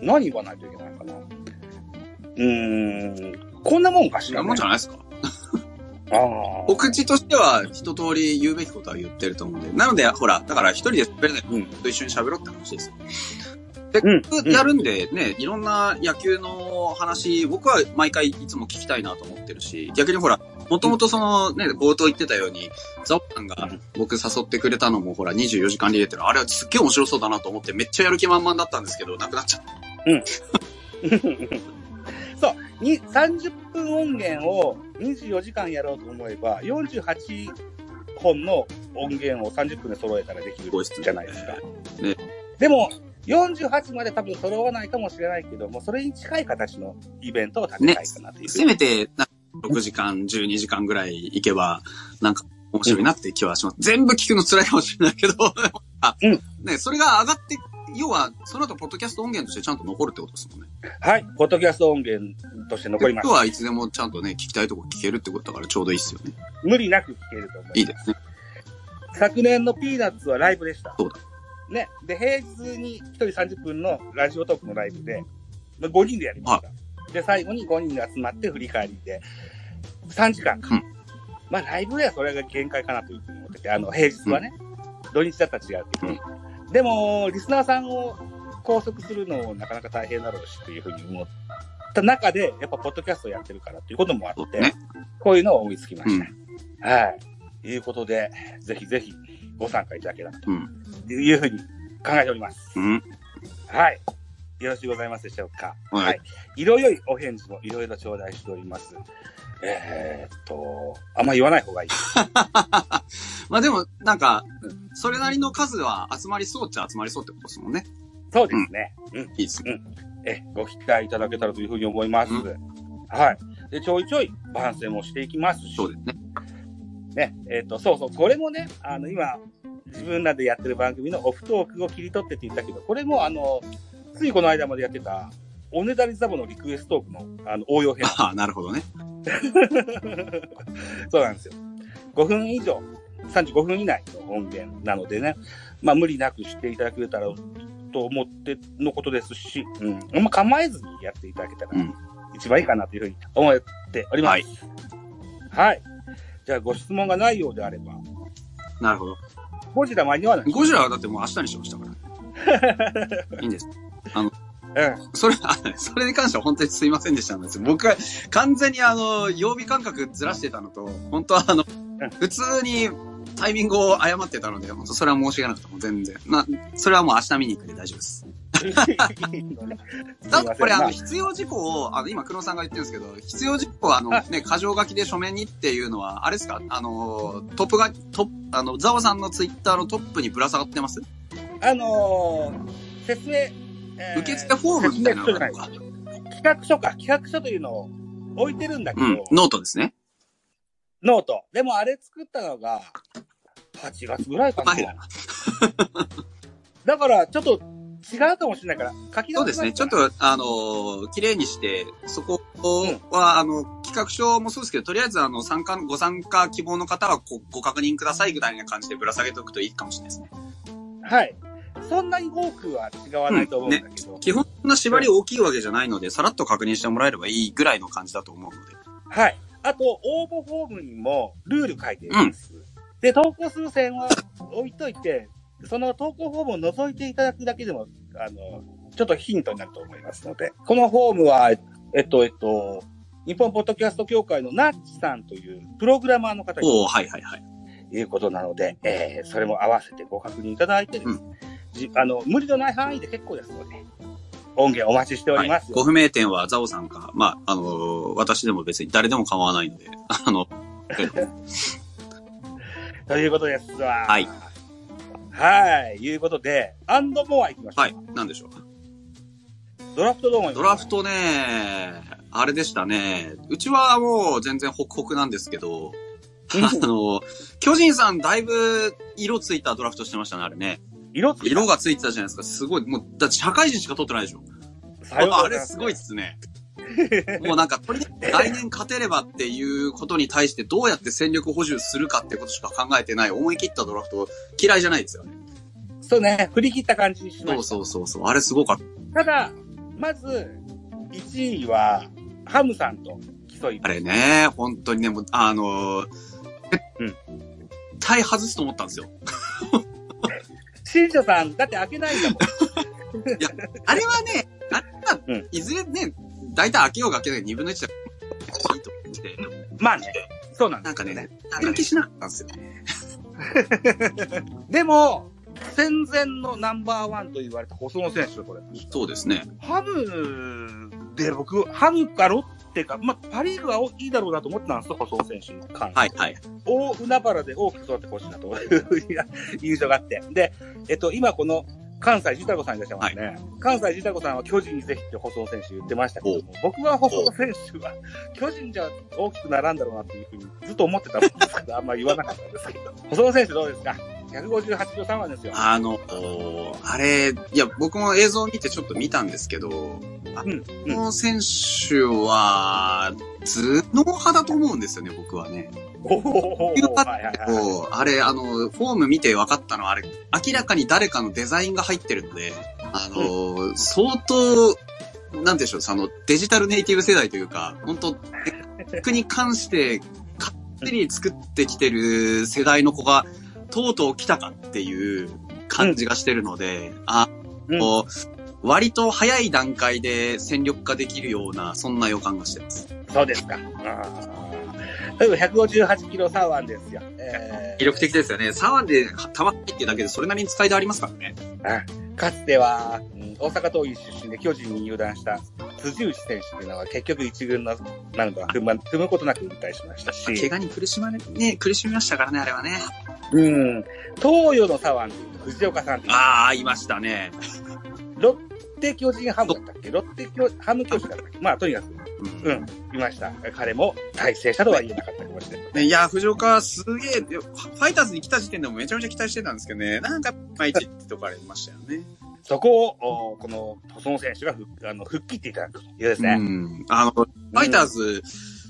何言わないといけないかなうーん。こんなもんかし違ら、うね。もんじゃないですかああ。お口としては一通り言うべきことは言ってると思うんで。なので、ほら、だから一人で喋れないうん。と一緒に喋ろうって話ですよ。うん。僕やるんでね、いろんな野球の話、僕は毎回いつも聞きたいなと思ってるし、逆にほら、もともとそのね、冒頭言ってたように、ザオさんが僕誘ってくれたのもほら、24時間リレーってのはあれはすっげえ面白そうだなと思って、めっちゃやる気満々だったんですけど、なくなっちゃった。そうに30分音源を24時間やろうと思えば48本の音源を30分で揃えたらできるじゃないですか。ねでも48まで多分揃わないかもしれないけどもそれに近い形のイベントを立てたいかなというふうせに、めて、なんか6時間、12時間ぐらい行けば、なんか面白いなって気はします。全部聞くの辛いかもしれないけど、あうん ね、それが上がって、要は、その後、ポッドキャスト音源としてちゃんと残るってことですもんね。はいポッドキャスト音源として残りま今日すはいつでもちゃんとね、聞きたいとこ聞けるってことだからちょうどいいっすよね。無理なく聴けると思いますいいですね。昨年のピーナッツはライブでしたそうだね、で、平日に1人30分のラジオトークのライブで、まあ5人でやりました。で、最後に5人で集まって振り返りで、3時間か。うんまあ、ライブではそれが限界かなというふうに思ってて、あの、平日はね、土日だったら違うけど、でも、リスナーさんを拘束するのもなかなか大変だろうしっていうふうに思った中で、やっぱ、ポッドキャストやってるからっていうこともあそうっでて、すね。こういうのを思いつきまうした。ん。はい。いうことで、ぜひぜひご参加いただけたらうん。というふうに考えております。うん。はい。よろしゅうございますでしょうか。はい。いろよいお返事もいろいろ頂戴しております。えー、っと、あんま言わない方がいい。 まあでも、なんか、それなりの数は集まりそうっちゃ集まりそうってことですもんね。そうですね。いいですね。え、ご期待いただけたらというふうに思います。うはい。で、ちょいちょい番宣もしていきますし、そうですね。ね、えーっ、と、そうそう、これもね、あの、今、自分らでやってる番組のオフトークを切り取ってって言ったけど、これも、あの、ついこの間までやってた、おねだりザボのリクエストトークの、あの、応用編。 ああ、なるほどね。そうなんですよ。5分以上、35分以内の音源なのでね、まあ無理なくしていただけたらと思ってのことですし、うん、あんま構えずにやっていただけたらうん一番いいかなというふうに思っております。はいはい。じゃあご質問がないようであれば、なるほど。ゴジラ間に 合わない。 ゴジラはだってもう明日にしました から。いいんです。うん。それ、あそれに関しては本当にすいませんでしたなんですよ僕は完全にあの、曜日感覚ずらしてたのと、本当はあのん、普通にタイミングを誤ってたので、本当それは申し訳なかった。もう全然。な、それはもう明日見に行くんで大丈夫です。だってこれあの、必要事項を、あの、今、黒さんが言ってるんですけど、必要事項はあの、ね、箇条書きで書面にっていうのは、あれですかあの、トップが、トップ、あの、ザオさんのツイッターのトップにぶら下がってますあのー説明、えー受付フォームみたいなのがある説のか明書じゃない企画書か、企画書というのを置いてるんだけうど、ん、ノートですね。ノート。でもあれ作ったのが、8月ぐらいかな。はい だから、ちょっと違うかもしれないから、書きそ直うでしすまね。ちょっっと、あのー綺麗にして、そこは、あの、企画書もそうですけど、とりあえず、あの、参加、ご参加希望の方はご、ご確認くださいぐらいな感じでぶら下げておくといいかもしれないですね。と。はい。そんなに多くは違わないと思うんだけど。基本の縛り大きいわけじゃないので、さらっと確認してもらえればいいぐらいの感じだと思うので。はい。あと、応募フォームにもルール書いています。で、投稿数選は置いといて、その投稿フォームを覗いていただくだけでも、あの、ちょっとヒントになると思いますので、このフォームは、えっと、えっと、日本ポッドキャスト協会のナッチさんというプログラマーの方におおはいはいはい。いうことなので、えーそれも合わせてご確認いただいてですね、じあの無理のない範囲で結構ですので、音源お待ちしております。はいご不明点はザオさんか、まあ、あのー私でも別に誰でも構わないので、あ の、ということですわ。はい。はい。いうことで、アンドモア行きましょう。はい、なんでしょう。ドラフトどう思いますドラフトね、あれでしたね。うちはもう全然ホクホクなんですけど、あの、巨人さんだいぶ色ついたドラフトしてましたね、あれね。色つき色がついてたじゃないですか。すごい。もう、だって社会人しか取ってないでしょ。さようならああれすごいっすね。もうなんか、とりあえず来年勝てればっていうことに対してどうやって戦力補充するかってことしか考えてない思い切ったドラフト嫌いじゃないですよね。そうね、振り切った感じにしまそうした。そうそうそう。あれすごかったた。だ、まず、1位は、ハムさんと競いまあす。れね、本当にね、もう、あのー、うん絶対外すと思ったんですよ。新庄さん、だって開けないん だもん。あれはね、あれうはん、いずれね、大体開けようが開けない2分の1だからいいと思って、まあね、そうなんでなんすかよね、関係しなかったんですよ。でも、戦前のナンバーワンと言われた細野選手、これ。そうですね。ハムで僕、ハムかロッテか、まあ、パリーグはいいだろうなと思ってたんですよ、細野選手の関はいはい。大海原で大きく育ってほしいなというふう に印象があって。で、えっと、今この、関西ジ太子さんいらっしゃいますね。関西ジ太子さんは巨人にぜひって細野選手言ってましたけども、僕は細野選手は巨人じゃ大きくならんだろうなっていうふうにずっと思ってたんですけど、あんまり言わなかったんですけど。細野選手どうですか ?158 秒3話ですよ。あの、おーあれ、いや、僕も映像見てちょっと見たんですけど、あうんこの選手は、頭脳派だと思うんですよね、僕はね。おおいうパはいはいターンはい。をあれ、あの、フォーム見て分かったのは、あれ、明らかに誰かのデザインが入ってるので、あの、相当、なんていうんでしょう、その、デジタルネイティブ世代というか、本当テに関して、勝手に作ってきてる世代の子が、とうとう来たかっていう感じがしてるので、あうんの、割と早い段階で戦力化できるような、そんな予感がしてます。そうですか。ああ。例えば158キロサワンですよ。えー魅力的ですよね。サワンでたまってだけでそれなりに使いでありますからね。かつては、うん大阪桐蔭出身で巨人に入団した辻内選手というのは結局一軍のマウンドは踏ま踏むことなく引退しました怪し、我に苦しまれ、ね、苦しみましたからね、あれはね。うん、東洋の左腕でいうと藤岡さんっていうああ、いましたね。ロッテ巨人ハムだったっけロッテ巨ハム巨人だったっけまあとにかく、うう。ん、いました。彼も大成したとは言えなかったかもしれない。いや、藤岡すげえ、ファイターズに来た時点でもめちゃめちゃ期待してたんですけどね、なんか、毎日ってとこありましたよね。そこを、おこの、細野選手が復あの復帰っていただくというですうね。ん。あの、ファイターズ、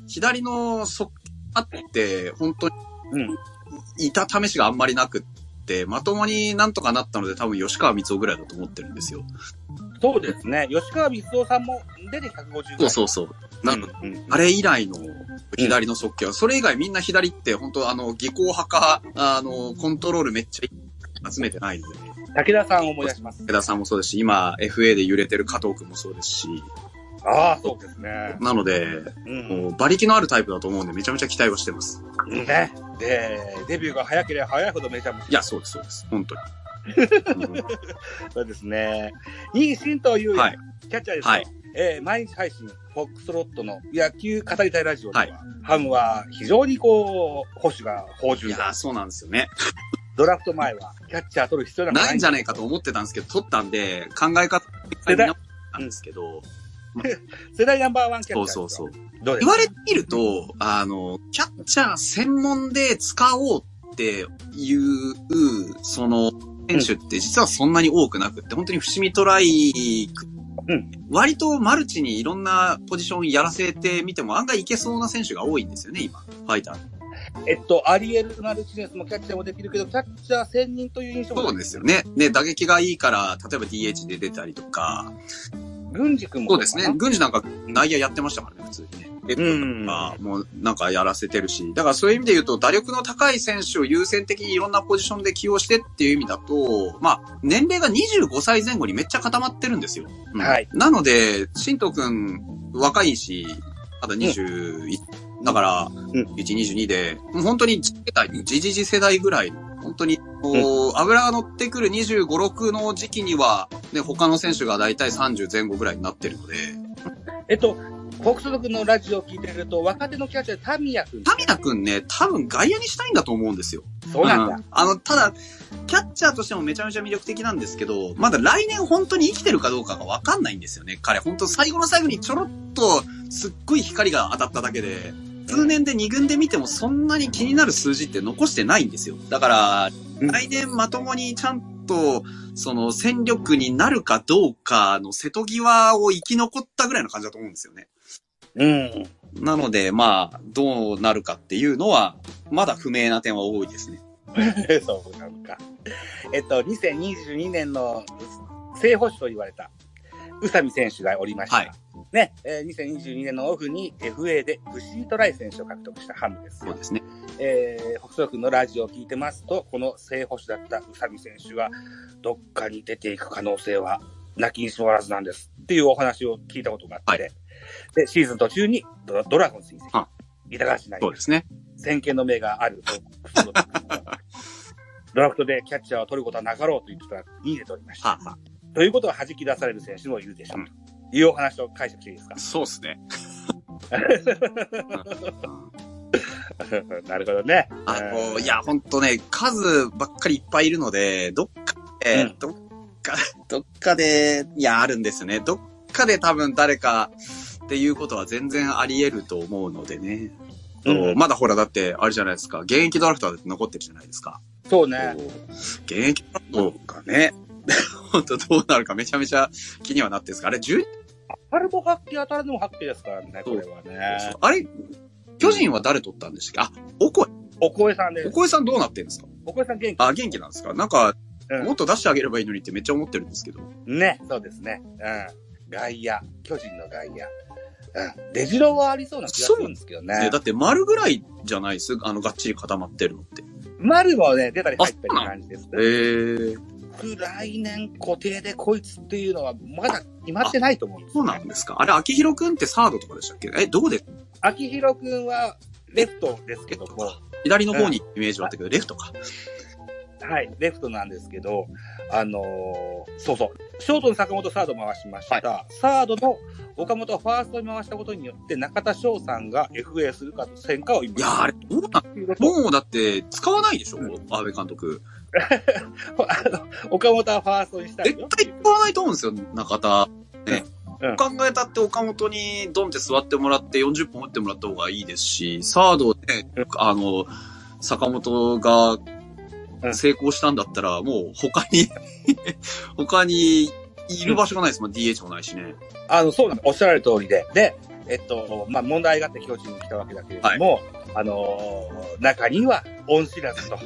左の側あって、本当にうん。いた試しがあんまりなくって、まともになんとかなったので多分吉川光夫ぐらいだと思ってるんですよ。そうですね。吉川光夫さんも出て150ぐらそうい。そううそう。なんかんうんあれ以来の左の速球、それ以外みんな左って、本当あの、技巧派か、あの、コントロールめっちゃ集めてないので、武田さんを思い出します。江田さんもそうですし、今、FA で揺れてる加藤くんもそうですし、ああ、そうですね。なので、うん。もう馬力のあるタイプだと思うんで、めちゃめちゃ期待はしてます。ね。で、デビューが早ければ早いほどめちゃめちゃ。いや、そうです、そうです。本当に。うんそうですね。いいシンという、はいキャッチャーですよ。はいえー毎日配信、フォックスロットの野球語りたいラジオでは、はいハムは非常にこう、保守が芳い醇やだー、。そうなんですよね。ドラフト前は、キャッチャー取る必要なんかないんじゃなないかと思ってたんですけど、取ったんで、考え方見直したんですけど、い世代ナンバーワンキャッそうチャー。そうそう。。どうです言われてみると、あの、キャッチャー専門で使おうっていう、その、選手って実はそんなに多くなくって、本当に伏見トライ、うん割とマルチにいろんなポジションやらせてみても案外いけそうな選手が多いんですよね、今、ファイター。えっと、アリエル・マルチネスもキャッチャーもできるけど、キャッチャー専任という印象もそうですよね。ね、打撃がいいから、例えば DH で出たりとか、軍司君もそうですね。軍事なんか内野やってましたからね、普通にね。えうんまあ、もうなんかやらせてるし。だからそういう意味で言うと、打力の高い選手を優先的にいろんなポジションで起用してっていう意味だと、まあ、年齢が25歳前後にめっちゃ固まってるんですよ。うんはいなので、新藤くん、若いし、まだ21、だから、ん1、22で、もう本当に次世代、じじじ世代ぐらいの、本当に、こう油が乗ってくる25、6の時期には、ね、他の選手が大体30前後ぐらいになってるので、えっと、フォックスロット君のラジオを聞いてると、若手のキャッチャー、タミヤ君。タミナ君ね、多分外野にしたいんだと思うんですよ。そうなんだ。うんあの、ただ、キャッチャーとしてもめちゃめちゃ魅力的なんですけど、まだ来年本当に生きてるかどうかがわかんないんですよね。彼、本当最後の最後にちょろっとすっごい光が当たっただけで、数年で2軍で見てもそんなに気になる数字って残してないんですよ。だから、うん来年まともにちゃんと、その戦力になるかどうかの瀬戸際を生き残ったぐらいの感じだと思うんですよね。うん。なので、まあ、どうなるかっていうのは、まだ不明な点は多いですね。そうなん か。えっと、2022年の正捕手と言われた、宇佐美選手がおりました。はいね、えー2022年のオフに FA でシートライ選手を獲得したハムですそう。ですね。えー、北斗君のラジオを聞いてますと、この正捕手だった宇佐美選手は、どっかに出ていく可能性は、なきにしもあらずなんですっていうお話を聞いたことがあって、はで、シーズン途中にドラドラゴンズに移籍は板橋成美そうですね。先見の目がある。ドラフトでキャッチャーを取ることはなかろうと言ってたら、いいね取りました。はあはということは弾き出される選手もいるでしょう。というお話を解釈していいですかあ、そうですね。うん なるほどね。 あえの、ーいや、ほんとね、数ばっかりいっぱいいるので、どっかで、うんどっか、どっかで、いや、あるんですね。どっかで多分誰かっていうことは全然あり得ると思うのでね。うんそうまだほら、だって、あれじゃないですか。現役ドラフトは残ってるじゃないですか。そうね。こう現役ドラフトがね、 本当どうなるかめちゃめちゃ気にはなってるんですかあれ、10パルボ発揮当たるのも発揮ですからね、これはね。あれ、巨人は誰取ったんでしたっけあ、おこお声さんえ、でおす。こえさんどうなってんですかお声さん元気あ、元気なんですかなんか、うんもっと出してあげればいいのにってめっちゃ思ってるんですけど。ね、そうですね。うん。外野、巨人の外野。うん。出城はありそうな気がするんですけどねね、。だって丸ぐらいじゃないですあの、がっちり固まってるのって。丸もね、出たり入ったりな感じです。へえー、来年固定でこいつっていうのはまだ決まってないと思うんですそうなんですかあれ、秋広くんってサードとかでしたっけえ、どうです秋広くんはレフトですけども、左の方にイメージはあったけど、レフトか。はい、レフトなんですけど、あのーそうそう、ショートの坂本サード回しました。サードの岡本はファーストに回したことによって、中田翔さんが FA するかと戦果をい今やー、あれ、どうなんもうだって、使わないでしょ、阿部監督。あの岡本はファーストにしたい絶よ。対使わないと思うんですよ、中田。ね。うん考えたって岡本にドンって座ってもらって40本打ってもらった方がいいですし、サードねうん、あの、坂本がうん成功したんだったら、もう他に、 他にいる場所がないですもん、DH もないしね。あの、そうなんですおっしゃられる通りで。で、えっと、まあ、問題があって巨人に来たわけだけれども、あのー中には恩知らずと、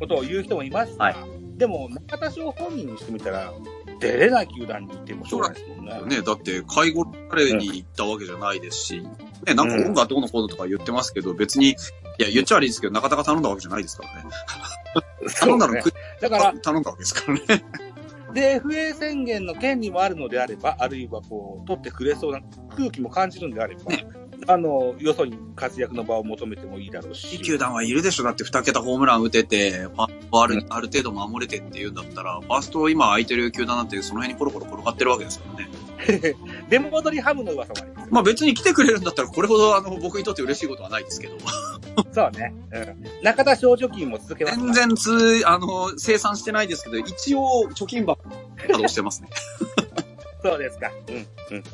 ことを言う人もいました。はいでも、中田翔本人にしてみたら、出れない球団に行ってもしょうがないですもんね。ね、だって、介護彼に行ったわけじゃないですし、ね、なんかうん音がどうのこうのとか言ってますけど、別に、いや、言っちゃ悪いですけど、中田が頼んだわけじゃないですからね。そ頼うんねだの、国だからが、頼んだわけですからね。で、FA 宣言の権利もあるのであれば、あるいはこう、取ってくれそうな空気も感じるんであれば、ねあの、よそに活躍の場を求めてもいいだろうし。球団はいるでしょだって2桁ホームラン打てて、ファーストあるある程度守れてっていうんだったら、ファースト今空いてる球団なんてその辺にコロコロ転がってるわけですからね。出戻りハムの噂もあります。まあ別に来てくれるんだったらこれほどあの僕にとって嬉しいことはないですけど、そうね。うん。中田少女金も続けます。全。然つ、あの、生産してないですけど、一応貯金箱 稼働してますね。そうですか。うん、うん、うん。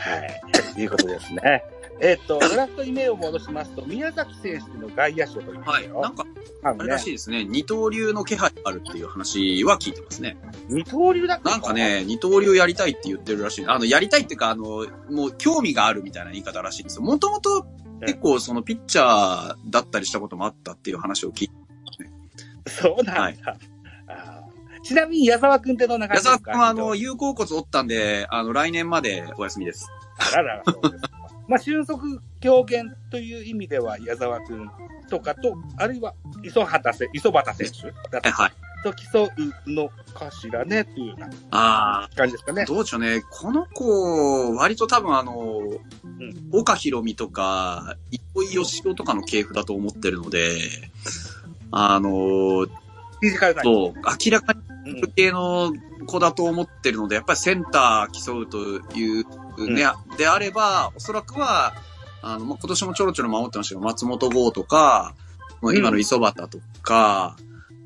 はい。ということですね。えっと、ドラフトに目を戻しますと、宮崎選手の外野手というはい。なんか、ああのれねらしいですね。二刀流の気配があるっていう話は聞いてますね。二刀流だったのなんか、ね、二刀流やりたいって言ってるらしい。あの、やりたいっていうか、あの、もう興味があるみたいな言い方らしいんですよ。もともと結構そのピッチャーだったりしたこともあったっていう話を聞いて。そうなんだ。あーちなみに矢沢くんってどんな感矢じです沢か君はあの、有効骨折ったんで、あの、来年までお休みです。あらら、そうですか。まあ、俊足狂言という意味では、矢沢くんとかと、あるいは磯畑せ、磯畑選手だはいはい。と競うのかしらね、というようなあ感じですかねあ、。どうでしょうね。この子、割と多分あの、岡博美とか、糸井義郎とかの系譜だと思ってるので、あの、フィジカルなうそう、明らかにん系の子だと思ってるので、やっぱりセンター競うというね、であれば、おそらくは、あの、まあ、今年もちょろちょろ守ってましたけど、松本剛とか、もう今の磯畑とか、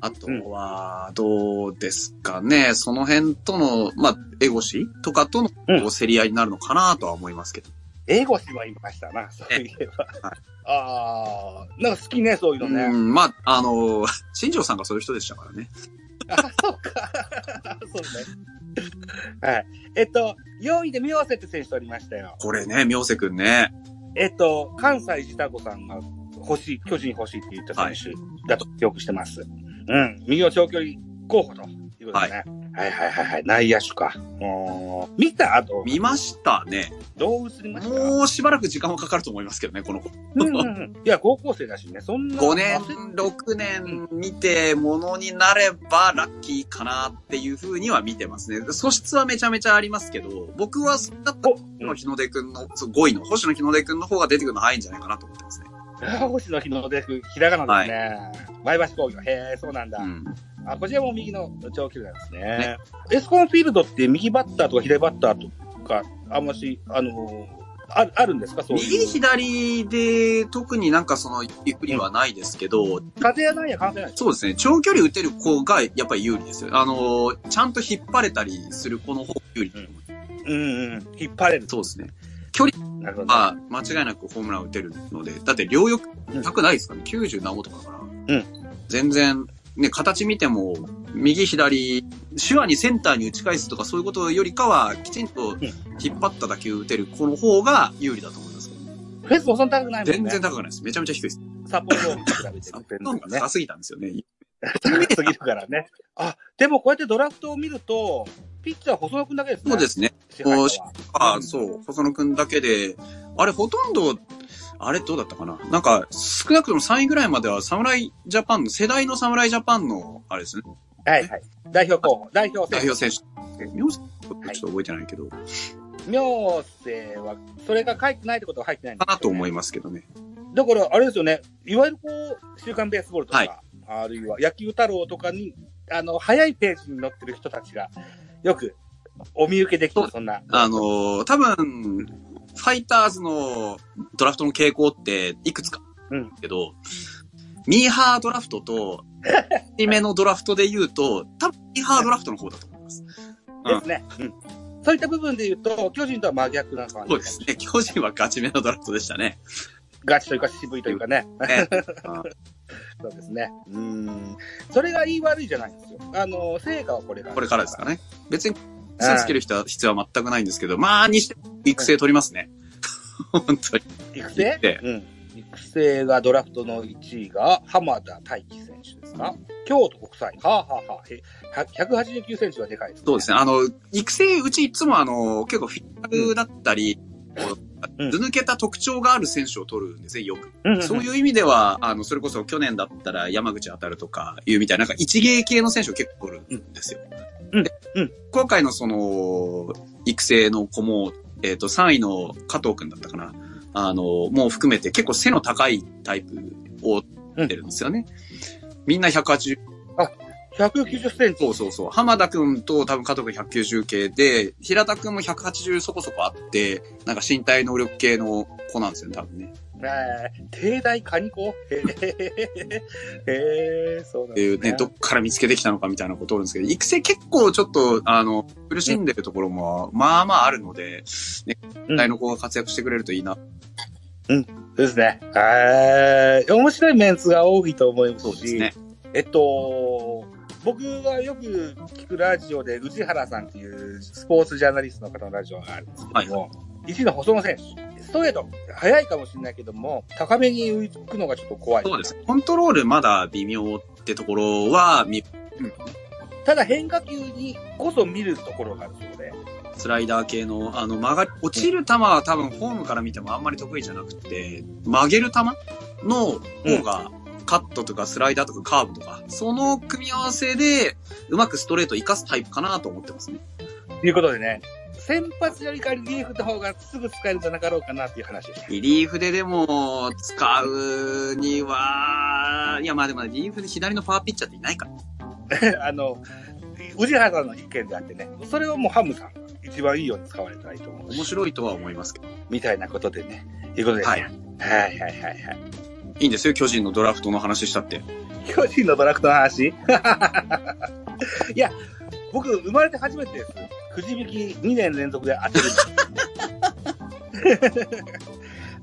あとは、どうですかね、その辺との、まあ、エゴシとかとのこうう競り合いになるのかなとは思いますけど。英語しはいましたな、そういえばは。ああ、なんか好きね、 そういうのうね。ん、まあ、あの、 新庄さんがそういう人でしたからね。あ、そうか。そうね。はい。えっと、4位で明瀬って選手とりましたよ。これね、明瀬くんね。えっと、関西自タ子さんが欲しい、巨人欲しいって言った選手だと記憶してます。うん。右の長距離候補ということですね。はい、はい、はいはい。内野手か。おー見た後、見ましたね。どう映りましたもうしばらく時間はかかると思いますけどね、この子。うんうんうん。いや、高校生だしね、そんな。 5年焦っ、 6年見て、ものになればラッキーかなっていうふうには見てますね。素質はめちゃめちゃありますけど、僕はそんなお星野日の出くんの、そう5位の星野日の出くんの方が出てくるの早いんじゃないかなと思ってますね。あ星野日の出く、ひらがなですね。前橋工業。へえ、そうなんだ。うん。あ、こちらも右の長距離なんですね。エスコンフィールドって右バッターとか左バッターとか、あんまし、あのーある、あるんですかそういう。右左で特になんかそのゆっくりはないですけど、風やなんや関係ないです。そうですね、長距離打てる子がやっぱり有利ですよ。あの、ちゃんと引っ張れたりする子の方が有利だと思います。うんうん。引っ張れる。そうですね。なるほど。まあ、間違いなくホームラン打てるので、だって両翼高くないですかね、?90 何本とかだから。ん全然、ね、形見ても、右左、手話にセンターに打ち返すとかそういうことよりかは、きちんとん引っ張った打球打てる子の方が有利だと思いますけどね。フェスもそんな高くないもんね。全然高くないです。めちゃめちゃ低いです。札幌ドームと比べてある。なんか高すぎたんですよね。高すぎるからね。あ、でもこうやってドラフトを見ると、ピッチャー細野くんだけですね。そうですね。支配そ下は。ああ、そう、細野くんだけで、あれほとんど、あれどうだったかななんか、少なくとも3位ぐらいまでは侍ジャパンの、世代の侍ジャパンの、あれですね、はいはい。代表候補、代表代選表選手。名字ちょっと覚えてないけど、か手。妙世は、それが書いてないってことは入ってないんですよねなと思いますけどね。だから、あれですよね、いわゆるこう、週刊ベースボールとか、はいあるいは野球太郎とかに、あの、早いページに載ってる人たちが、よく、お見受けできそる、うそんな。あのー多分、ファイターズのドラフトの傾向って、いくつかうん。けど、ミーハードラフトと、低めのドラフトで言うと、多分ミーハードラフトの方だと思います。うんですね。うん。そういった部分で言うと、巨人とは真逆な感じ。そうですね。巨人はガチめのドラフトでしたね。ガチというか渋いというかね。ねうんそうですね。うん。それが言い悪いじゃないんですよ。あの、成果はこれから。これからですかね。別に、癖つける人は必要は全くないんですけど、まあ、にしても育成取りますね。 本当に。育成でうん。育成がドラフトの1位が浜田大輝選手ですか京都国際。はあ、はあはあ、へ189センチはでかいです、ね。そうですね。あの、育成、うちいつもあの、結構フィッターだったり、こうんう図抜けた特徴がある選手を取るんですね、よく。ね。そういうう意味では、あの、それこそ去年だったら山口当たるとかいうみたいな、なんか一芸系の選手を結構取るんですよ。うんでうん今回のその、育成の子も、えっ、と、3位の加藤くんだったかな。あの、もう含めて結構背の高いタイプを取ってるんですよね。みんな180、 190センチ。そうそうそう。浜田くんと多分加藤くん190系で、平田くんも180そこそこあって、なんか身体能力系の子なんですよね、多分ね。えー、帝大カニコへえ、へえ、そうなんっでてすいね。うね、どっから見つけてきたのかみたいなことあるんですけど、育成結構ちょっと、あの、苦しんでるところも、まあまああるので、ね、うん世代の子が活躍してくれるといいな。ですね。えー、面白いメンツが多いと思いますし。そうですね。えっと、僕がよく聞くラジオで、宇治原さんっていうスポーツジャーナリストの方のラジオがあるんですけども、1位の細野選手、ストレート、速いかもしれないけども、高めに浮くのがちょっと怖い。そうです。コントロールまだ微妙ってところは、みただ変化球にこそ見るところがあるそうで、スライダー系の、あの、曲がり、落ちる球は多分フォームから見てもあんまり得意じゃなくて、曲げる球の方が、カットとかスライダーとかカーブとか、その組み合わせで、うまくストレートを活かすタイプかなと思ってますね。ということでね、先発よりかリリーフの方がすぐ使えるんじゃなかろうかなっていう話でした。リリーフででも、使うには、いや、まあでも、リリーフで左のパワーピッチャーっていないか ら。あの、宇治原さんの意見であってね、それをもうハムさん、一番いいように使われたらいいと思うし面白いとは思いますけど。みたいなことでね、いうことで、ね、はいはいはいはいはい。いいんですよ、巨人のドラフトの話したって。 巨人のドラフトの話いや、僕、生まれて初めてです。くじ引き2年連続で当てる。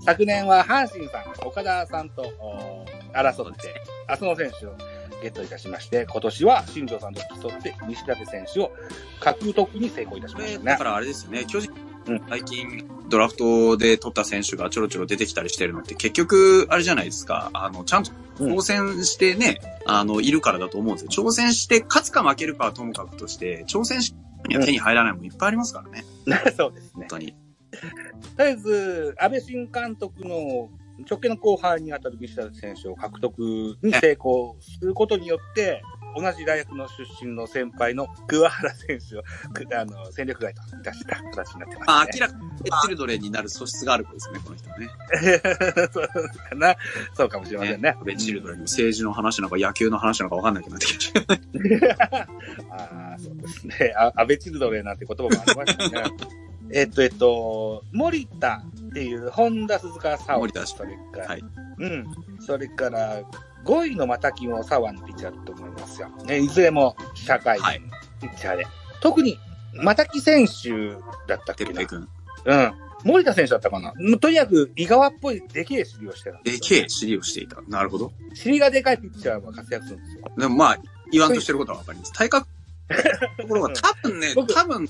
昨年は阪神さん、岡田さんとお争って、浅野選手をゲットいたしまして、今年は新庄さんと競って、西舘選手を獲得に成功いたしこましれ、たねだか。らあれですよね、巨人うん、最近、ドラフトで取った選手がちょろちょろ出てきたりしてるのって、結局、あれじゃないですか、あの、ちゃんとうん挑戦してね、あの、いるからだと思うんですよ。挑戦して、勝つか負けるかはともかくとして、挑戦し、には手に入らないもんいっぱいありますからね、 そうですね本。当に。とりあえず、安倍新監督の直系の後輩に当たる西田選手を獲得に成功することによって、同じ大学の出身の先輩の桑原選手をくあの戦力外と出した形になってままあ、す、明ね。らかに、チルドレンになる素質がある子ですね、この人はね。 そうかな。そうかもしれませんね。ベチルドレンの政治の話なのか野球の話なのか分かんなくなってきてる。 ああ、そうですね。あ安倍チルドレンなんて言葉もありましたね。えっと、えっと、森田っていう、本田鈴鹿沙森田氏それから、はいうん。それから、5位のまたきも沙和のピッチャーだと思いますよ。ね、いずれも社会人はいピッチャーで。特に、またき選手だったっけてるなてくん。うん。森田選手だったかな。もうとにかく、井川っぽいでけえ尻をしてたんですよけえ尻をしていた。なるほど。尻がでかいピッチャーは活躍するんですよ。でもまあ、言わんとしてることは分かります。体格ところが多分ね、僕多分、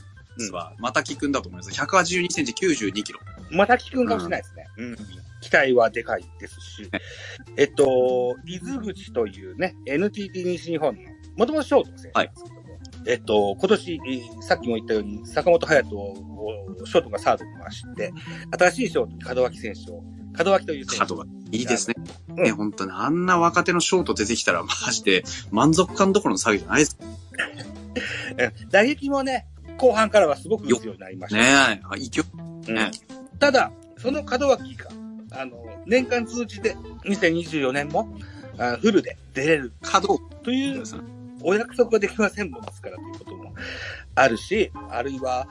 は、またきくんだと思います。182センチ92キロ。またきくんかもしれないですね。うん期待はでかいです し、えっと、伊豆口というね、NTT 西日本の、もともとショートの選手なんですけども、えっと、今年、えーさっきも言ったように、坂本隼人を、ショートがサードに回して、新しいショートに門脇選手を、門脇という選手角が。いいですね。うんね、本当に。あんな若手のショート出てきたら、まして、満足感どころの詐欺じゃないですねえー打撃もね、後半からはすごく打つようになりました。え。あ勢いねうんただ、その門脇が、あの、年間通じて2024年もあフルで出れる角を。というお約束ができませんもんですからということもあるし、あるいは、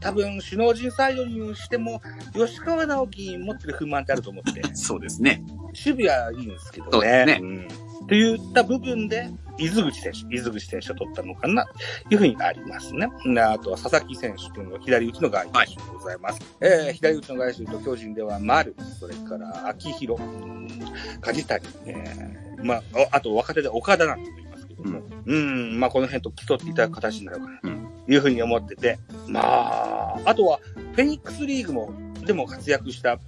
多分首脳陣サイドにしても、吉川直樹持ってる不満ってあると思って、そうですね。守備はいいんですけどね。そうですねうんといった部分で、伊豆口選手、伊豆口選手を取ったのかな、というふうになりますね。であとは佐々木選手というのは左打ちの外野手でございます。えー左打ちの外野手と巨人では丸、それから秋広、うん梶谷、えーまあ、おあと若手で岡田なんて言いますけども、うん、まあこの辺と競っていただく形になるかな、とうんいうふうに思ってて、まあ、あとはフェニックスリーグも、でも活躍した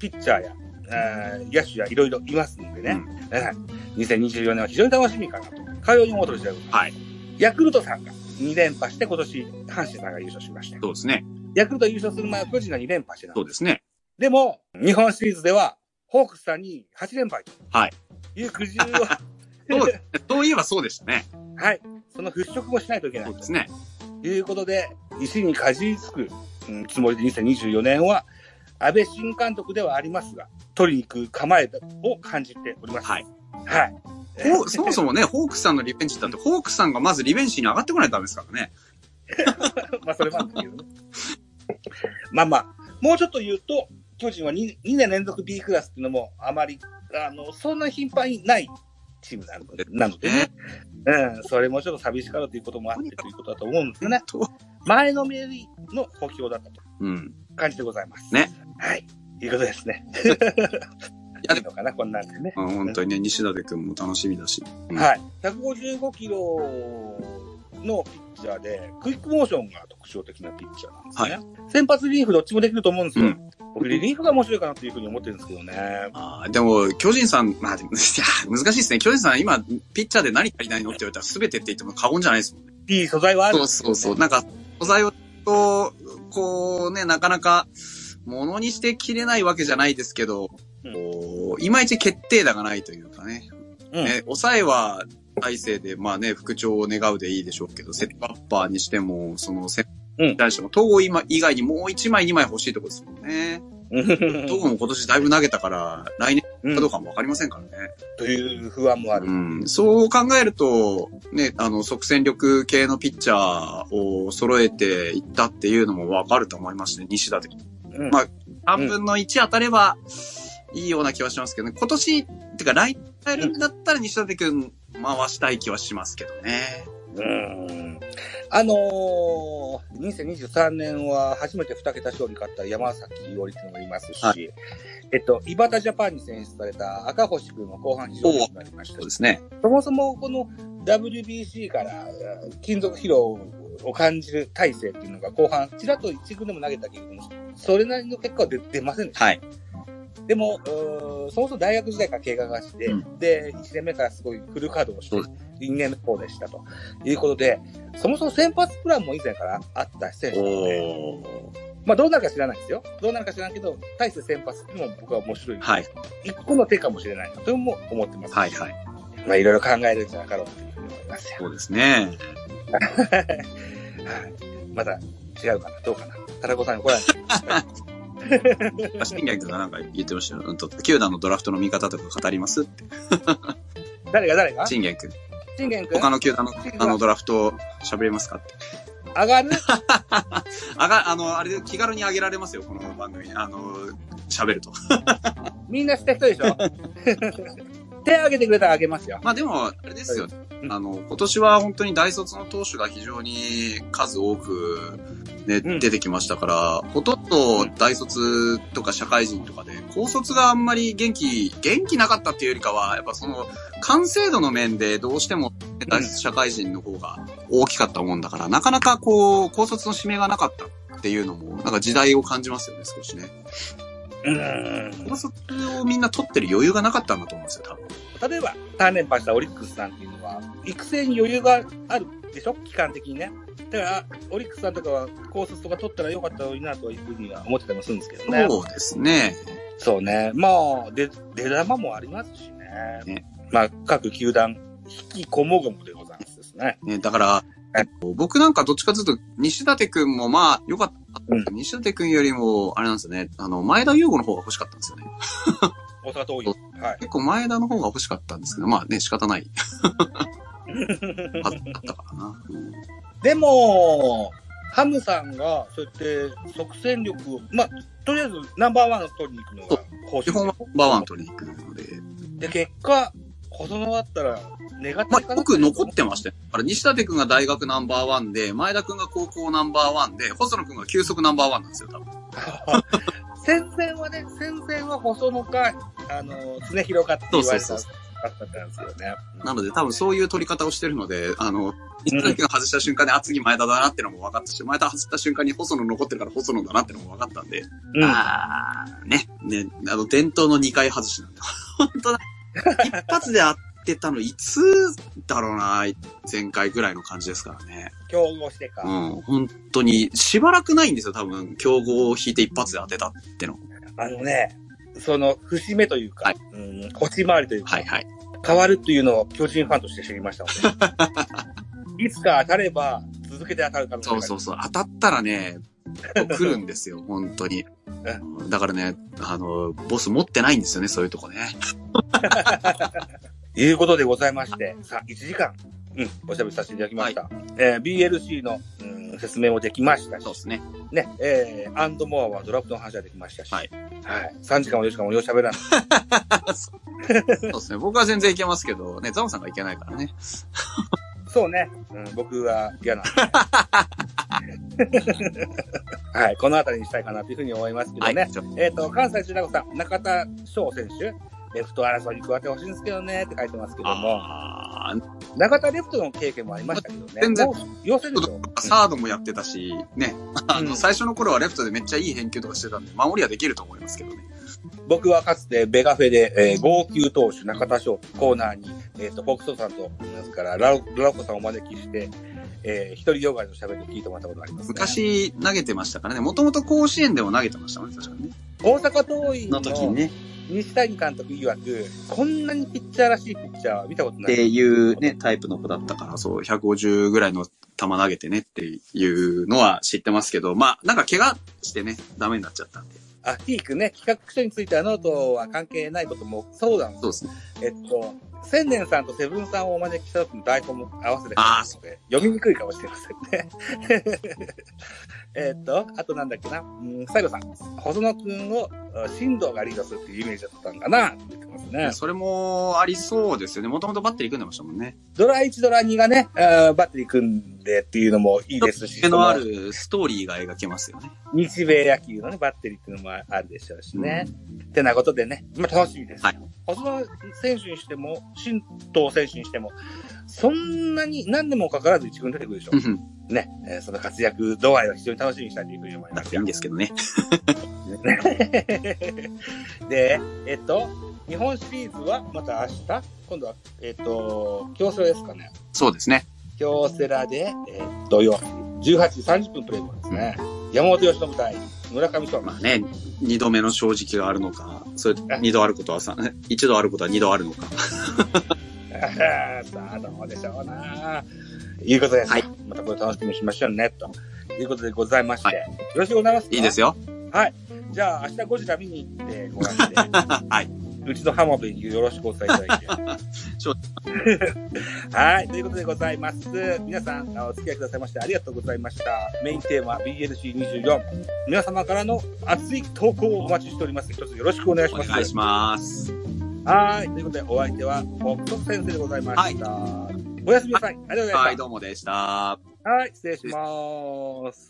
ピッチャーや、えー野手やいろいろいますんでね、うんはい2024年は非常に楽しみかなと。かように思ってる時代はい。ヤクルトさんが2連覇して、今年、阪神さんが優勝しました。そうですね。ヤクルト優勝する前は巨人が2連覇してたそ。うですね。でも、日本シリーズでは、ホークスさんに8連敗と。はい。いう苦渋を、 そうですね。そういえばそうでしたね。 はい。その払拭もしないといけなそ。いうですね。ということで、石にかじりつく、うんつもりで2024年は、安倍新監督ではありますが、取りに行く構えを感じております。はい。はい。 ほうそもそもね、ホークスさんのリベンジだって、ホークスさんがまずリベンジに上がってこないとダメですからね。まあ、それもあるんだけどね。 まあまあ、もうちょっと言うと、巨人は 2, 2年連続 B クラスっていうのも、あまり、あの、そんな頻繁にないチームなので、なのでね。うん、それもちょっと寂しからということもあってということだと思うんですよね。と。前のめりの補強だったとうん。感じでございます。ね。はい。いうことですね。いやいでいのかな、こんなんでね。あ本当にね、西舘くんも楽しみだし。うんはい。155キロのピッチャーで、クイックモーションが特徴的なピッチャーなんですね。先発リリーフどっちもできると思うんですよ。うん僕、リリーフが面白いかなというふうに思ってるんですけどね。あーでも、巨人さん、ま あ、でもいや難しいですね。巨人さん、今、ピッチャーで何足りないのって言われたら、全てって言っても過言じゃないですもんね。いい素材はあるんそうですけどそうねそう。なんか、素材を、こう、こうね、なかなか、ものにしてきれないわけじゃないですけど、うんこういまいち決定打がないというかね。うんね抑えは、大勢で、まあね、復調を願うでいいでしょうけど、セットアッパーにしても、その、セッうトん対しても、統合今以外にもう1枚、2枚欲しいとこですもんね。統合も今年だいぶ投げたから、来年うんかどうかもわかりませんからね。という不安もある。うん、そう考えると、ね、あの、即戦力系のピッチャーを揃えていったっていうのもわかると思いますね、西田的に。うんまあ半分の1当たればいいような気はしますけどね。今年、ってか来年やるんだったら西舘くん回したい気はしますけどね。うんあのー、2023年は初めて2桁勝利勝った山崎伊織君もいますし、はえっと、井端ジャパンに選出された赤星君も後半非常に良くなりましたそうでし、すね。そもそもこの WBC からえー金属疲労を感じる体制っていうのが後半、ちらっと1軍でも投げたけれども、それなりの結果は出出ませんでした。はい。でも、うーんそもそも大学時代から経過がして、うで、1年目からすごいフル稼働してそう、 2年目こうでしたということで、そもそも先発プランも以前からあった選手なので、おまあどうなるか知らないですよ。どうなるか知らんけど、大して先発っていうのも僕は面白い。はい。一個の手かもしれないなとも思ってます。はいはい。まあいろいろ考えるんじゃなかろうというふうに思いますよ。そうですね。はい。まだ違うかな、どうかな。タラコさんに怒られ 新垣くんがなんか言ってましたよ。うんと、球団のドラフトの見方とか語りますって。た誰が誰が新垣くん。信玄君他の球団のあのドラフト喋れますかって。上がるあが、あの、あれで気軽に上げられますよ、この番組。あの、喋ると。みんな知った人でし ょ手挙げてくれたらあげますよ。まあでも、あれですよねう。んあの、今年は本当に大卒の投手が非常に数多く、ね、うん出てきましたから、ほとんど大卒とか社会人とかで、高卒があんまり元気、元気なかったっていうよりかは、やっぱその、完成度の面でどうしてもね大卒社会人の方が大きかったもんだから、なかなかこう、高卒の指名がなかったっていうのも、なんか時代を感じますよね、少しね。うん高卒をみんな取ってる余裕がなかったんだと思うんですよ、多分。例えば、3連覇したオリックスさんっていうのは、育成に余裕があるでしょ期間的にね。だから、オリックスさんとかは高卒とか取ったらよかったのになというふうには思ってたりもするんですけどね。そうですね。そうね。まあ、で、出玉もありますしね。ねまあ、各球団、引きこもごもでございますですね。ねだからはい、僕なんかどっちかというと、西舘くんもまあ、良かった。うん西舘くんよりも、あれなんですよね、あの、前田優吾の方が欲しかったんですよね。大阪桐蔭。はい。結構前田の方が欲しかったんですけど、まあね、仕 方ない。ああったからな。うんでも、ハムさんが、そうやって、即戦力を、まあ、とりあえずナンバーワンを取りに行くのが方基針本はバーワン取りに行くので、で、結果、細野だったら、ネガテまィブかあ、な僕残ってましたよ。だから西舘くんが大学ナンバーワンで、前田くんが高校ナンバーワンで、細野くんが休息ナンバーワンなんですよ、多分。 戦前はね、戦前は細野か、あの、常広かって言われたそうそうそだったんですよね。なので多分そういう取り方をしてるので、あの、西舘くんが外した瞬間で、あ、次前田だなってのも分かったし、前田外した瞬間に細野残ってるから細野だなってのも分かったんで、うんあー、ね、ね、あの、伝統の2回外しなんだ。 本当だ。一発で当てたのいつだろうな、前回ぐらいの感じですからね。競合してか。うん、本当に、しばらくないんですよ、多分。競合を引いて一発で当てたっての。あのね、その、節目というか、はいうん、腰回りというか、はいはい。変わるというのを巨人ファンとして知りましたもん ね。いつか当たれば、続けて当たるかもしれそうない。そうそう。当たったらね、来るんです よ、本当に。だからね、あの、ボス持ってないんですよね、そういうとこね。いうことでございまして、さあ、1時間、うん、おしゃべりさせていただきました。えー BLC の、うん、説明もできましたしそう、ですね。ね、えー、アンドモアはドラフトの話はできましたし、はいはい。3時間も4時間もようしゃべらない。そうですね。僕は全然いけますけど、ね、ザムさんがいけないからね。そうね、うん、僕は嫌なん ではい、このあたりにしたいかなというふうに思いますけどはい。ね。じゃあえっ、と、関西中学さん、中田翔選手、レフト争いに加えてほしいんですけどね、って書いてますけども、あー中田レフトの経験もありましたけどね。全然もう要するにでしょサードもやってたし、ね、あうの、ん最初の頃はレフトでめっちゃいい返球とかしてたんで、守りはできると思いますけどね。僕はかつてベガフェで、えー号泣投手中田翔コーナーに、えっ、と、フォークソーさんと、ですから、ラロラロコさんをお招きして、えー一人業界の喋りを聞いてもらったことがあります、ね。。昔投げてましたからね、もともと甲子園でも投げてましたもんね、確かにね。大阪桐蔭の時にのね、西谷監督曰く、こんなにピッチャーらしいピッチャーは見たことっない。ていうね、タイプの子だったから、そう、150ぐらいの球投げてねっていうのは知ってますけど、まあ、なんか怪我してね、ダメになっちゃったんで。あ、ヒークね、企画書についてはノートは関係ないこともそうなんですそうですね。えっと、千年さんとセブンさんをお招きした時の台本も合わせてあー書いてるので、読みにくいかもしれませんね。 えっと、あとなんだっけな、うん、最後さん、細野くんをうん進藤がリードするっていうイメージだったんかな、って言ってますね。それもありそうですよね。もともとバッテリー組んでましたもんね。ドラ1、ドラ2がね、あーバッテリー組んでっていうのもいいですし、手のあるストーリーが描けますよね。その日米野球のね、バッテリーっていうのもあるでしょうし ね。ってなことでね、まあ、楽しみです。はい細野選手にしても、進藤選手にしても、そんなに何年もかからず一軍出てくるでしょう。ん。ね、えーその活躍度合いは非常に楽しみにしたいというふうに思いだまっすていいんですけどね。 で、えっと、日本シリーズはまた明日、今度は、えっと、京セラですかね。そうですね。京セラで、えー、土曜日、18時30分プレイボールですね。山本由伸対村上翔まあね、二度目の正直があるのか、それ二度あることはさ、 一度あることは二度あるのか。あー さあ、どうでしょうな。いうことです。はいまたこれ楽しみにしましょうね、と。いうことでございまして、よろしくお願いします。いいですよ。よ。じゃあ、明日ゴジラ見に行ってご覧して。 はい。うちの浜辺によろしくお伝えいただい て。承 はい、ということでございます。皆さん、あお付き合いくださいましてありがとうございました。メインテーマ BLC24。皆様からの熱い投稿をお待ちしております。一つよろしくお願いしおます。願いします。はい、ということでお相手は、北斗先生でございました。おやすみなさい。ありがとうございまはい、した。どうもでした。はい、失礼します。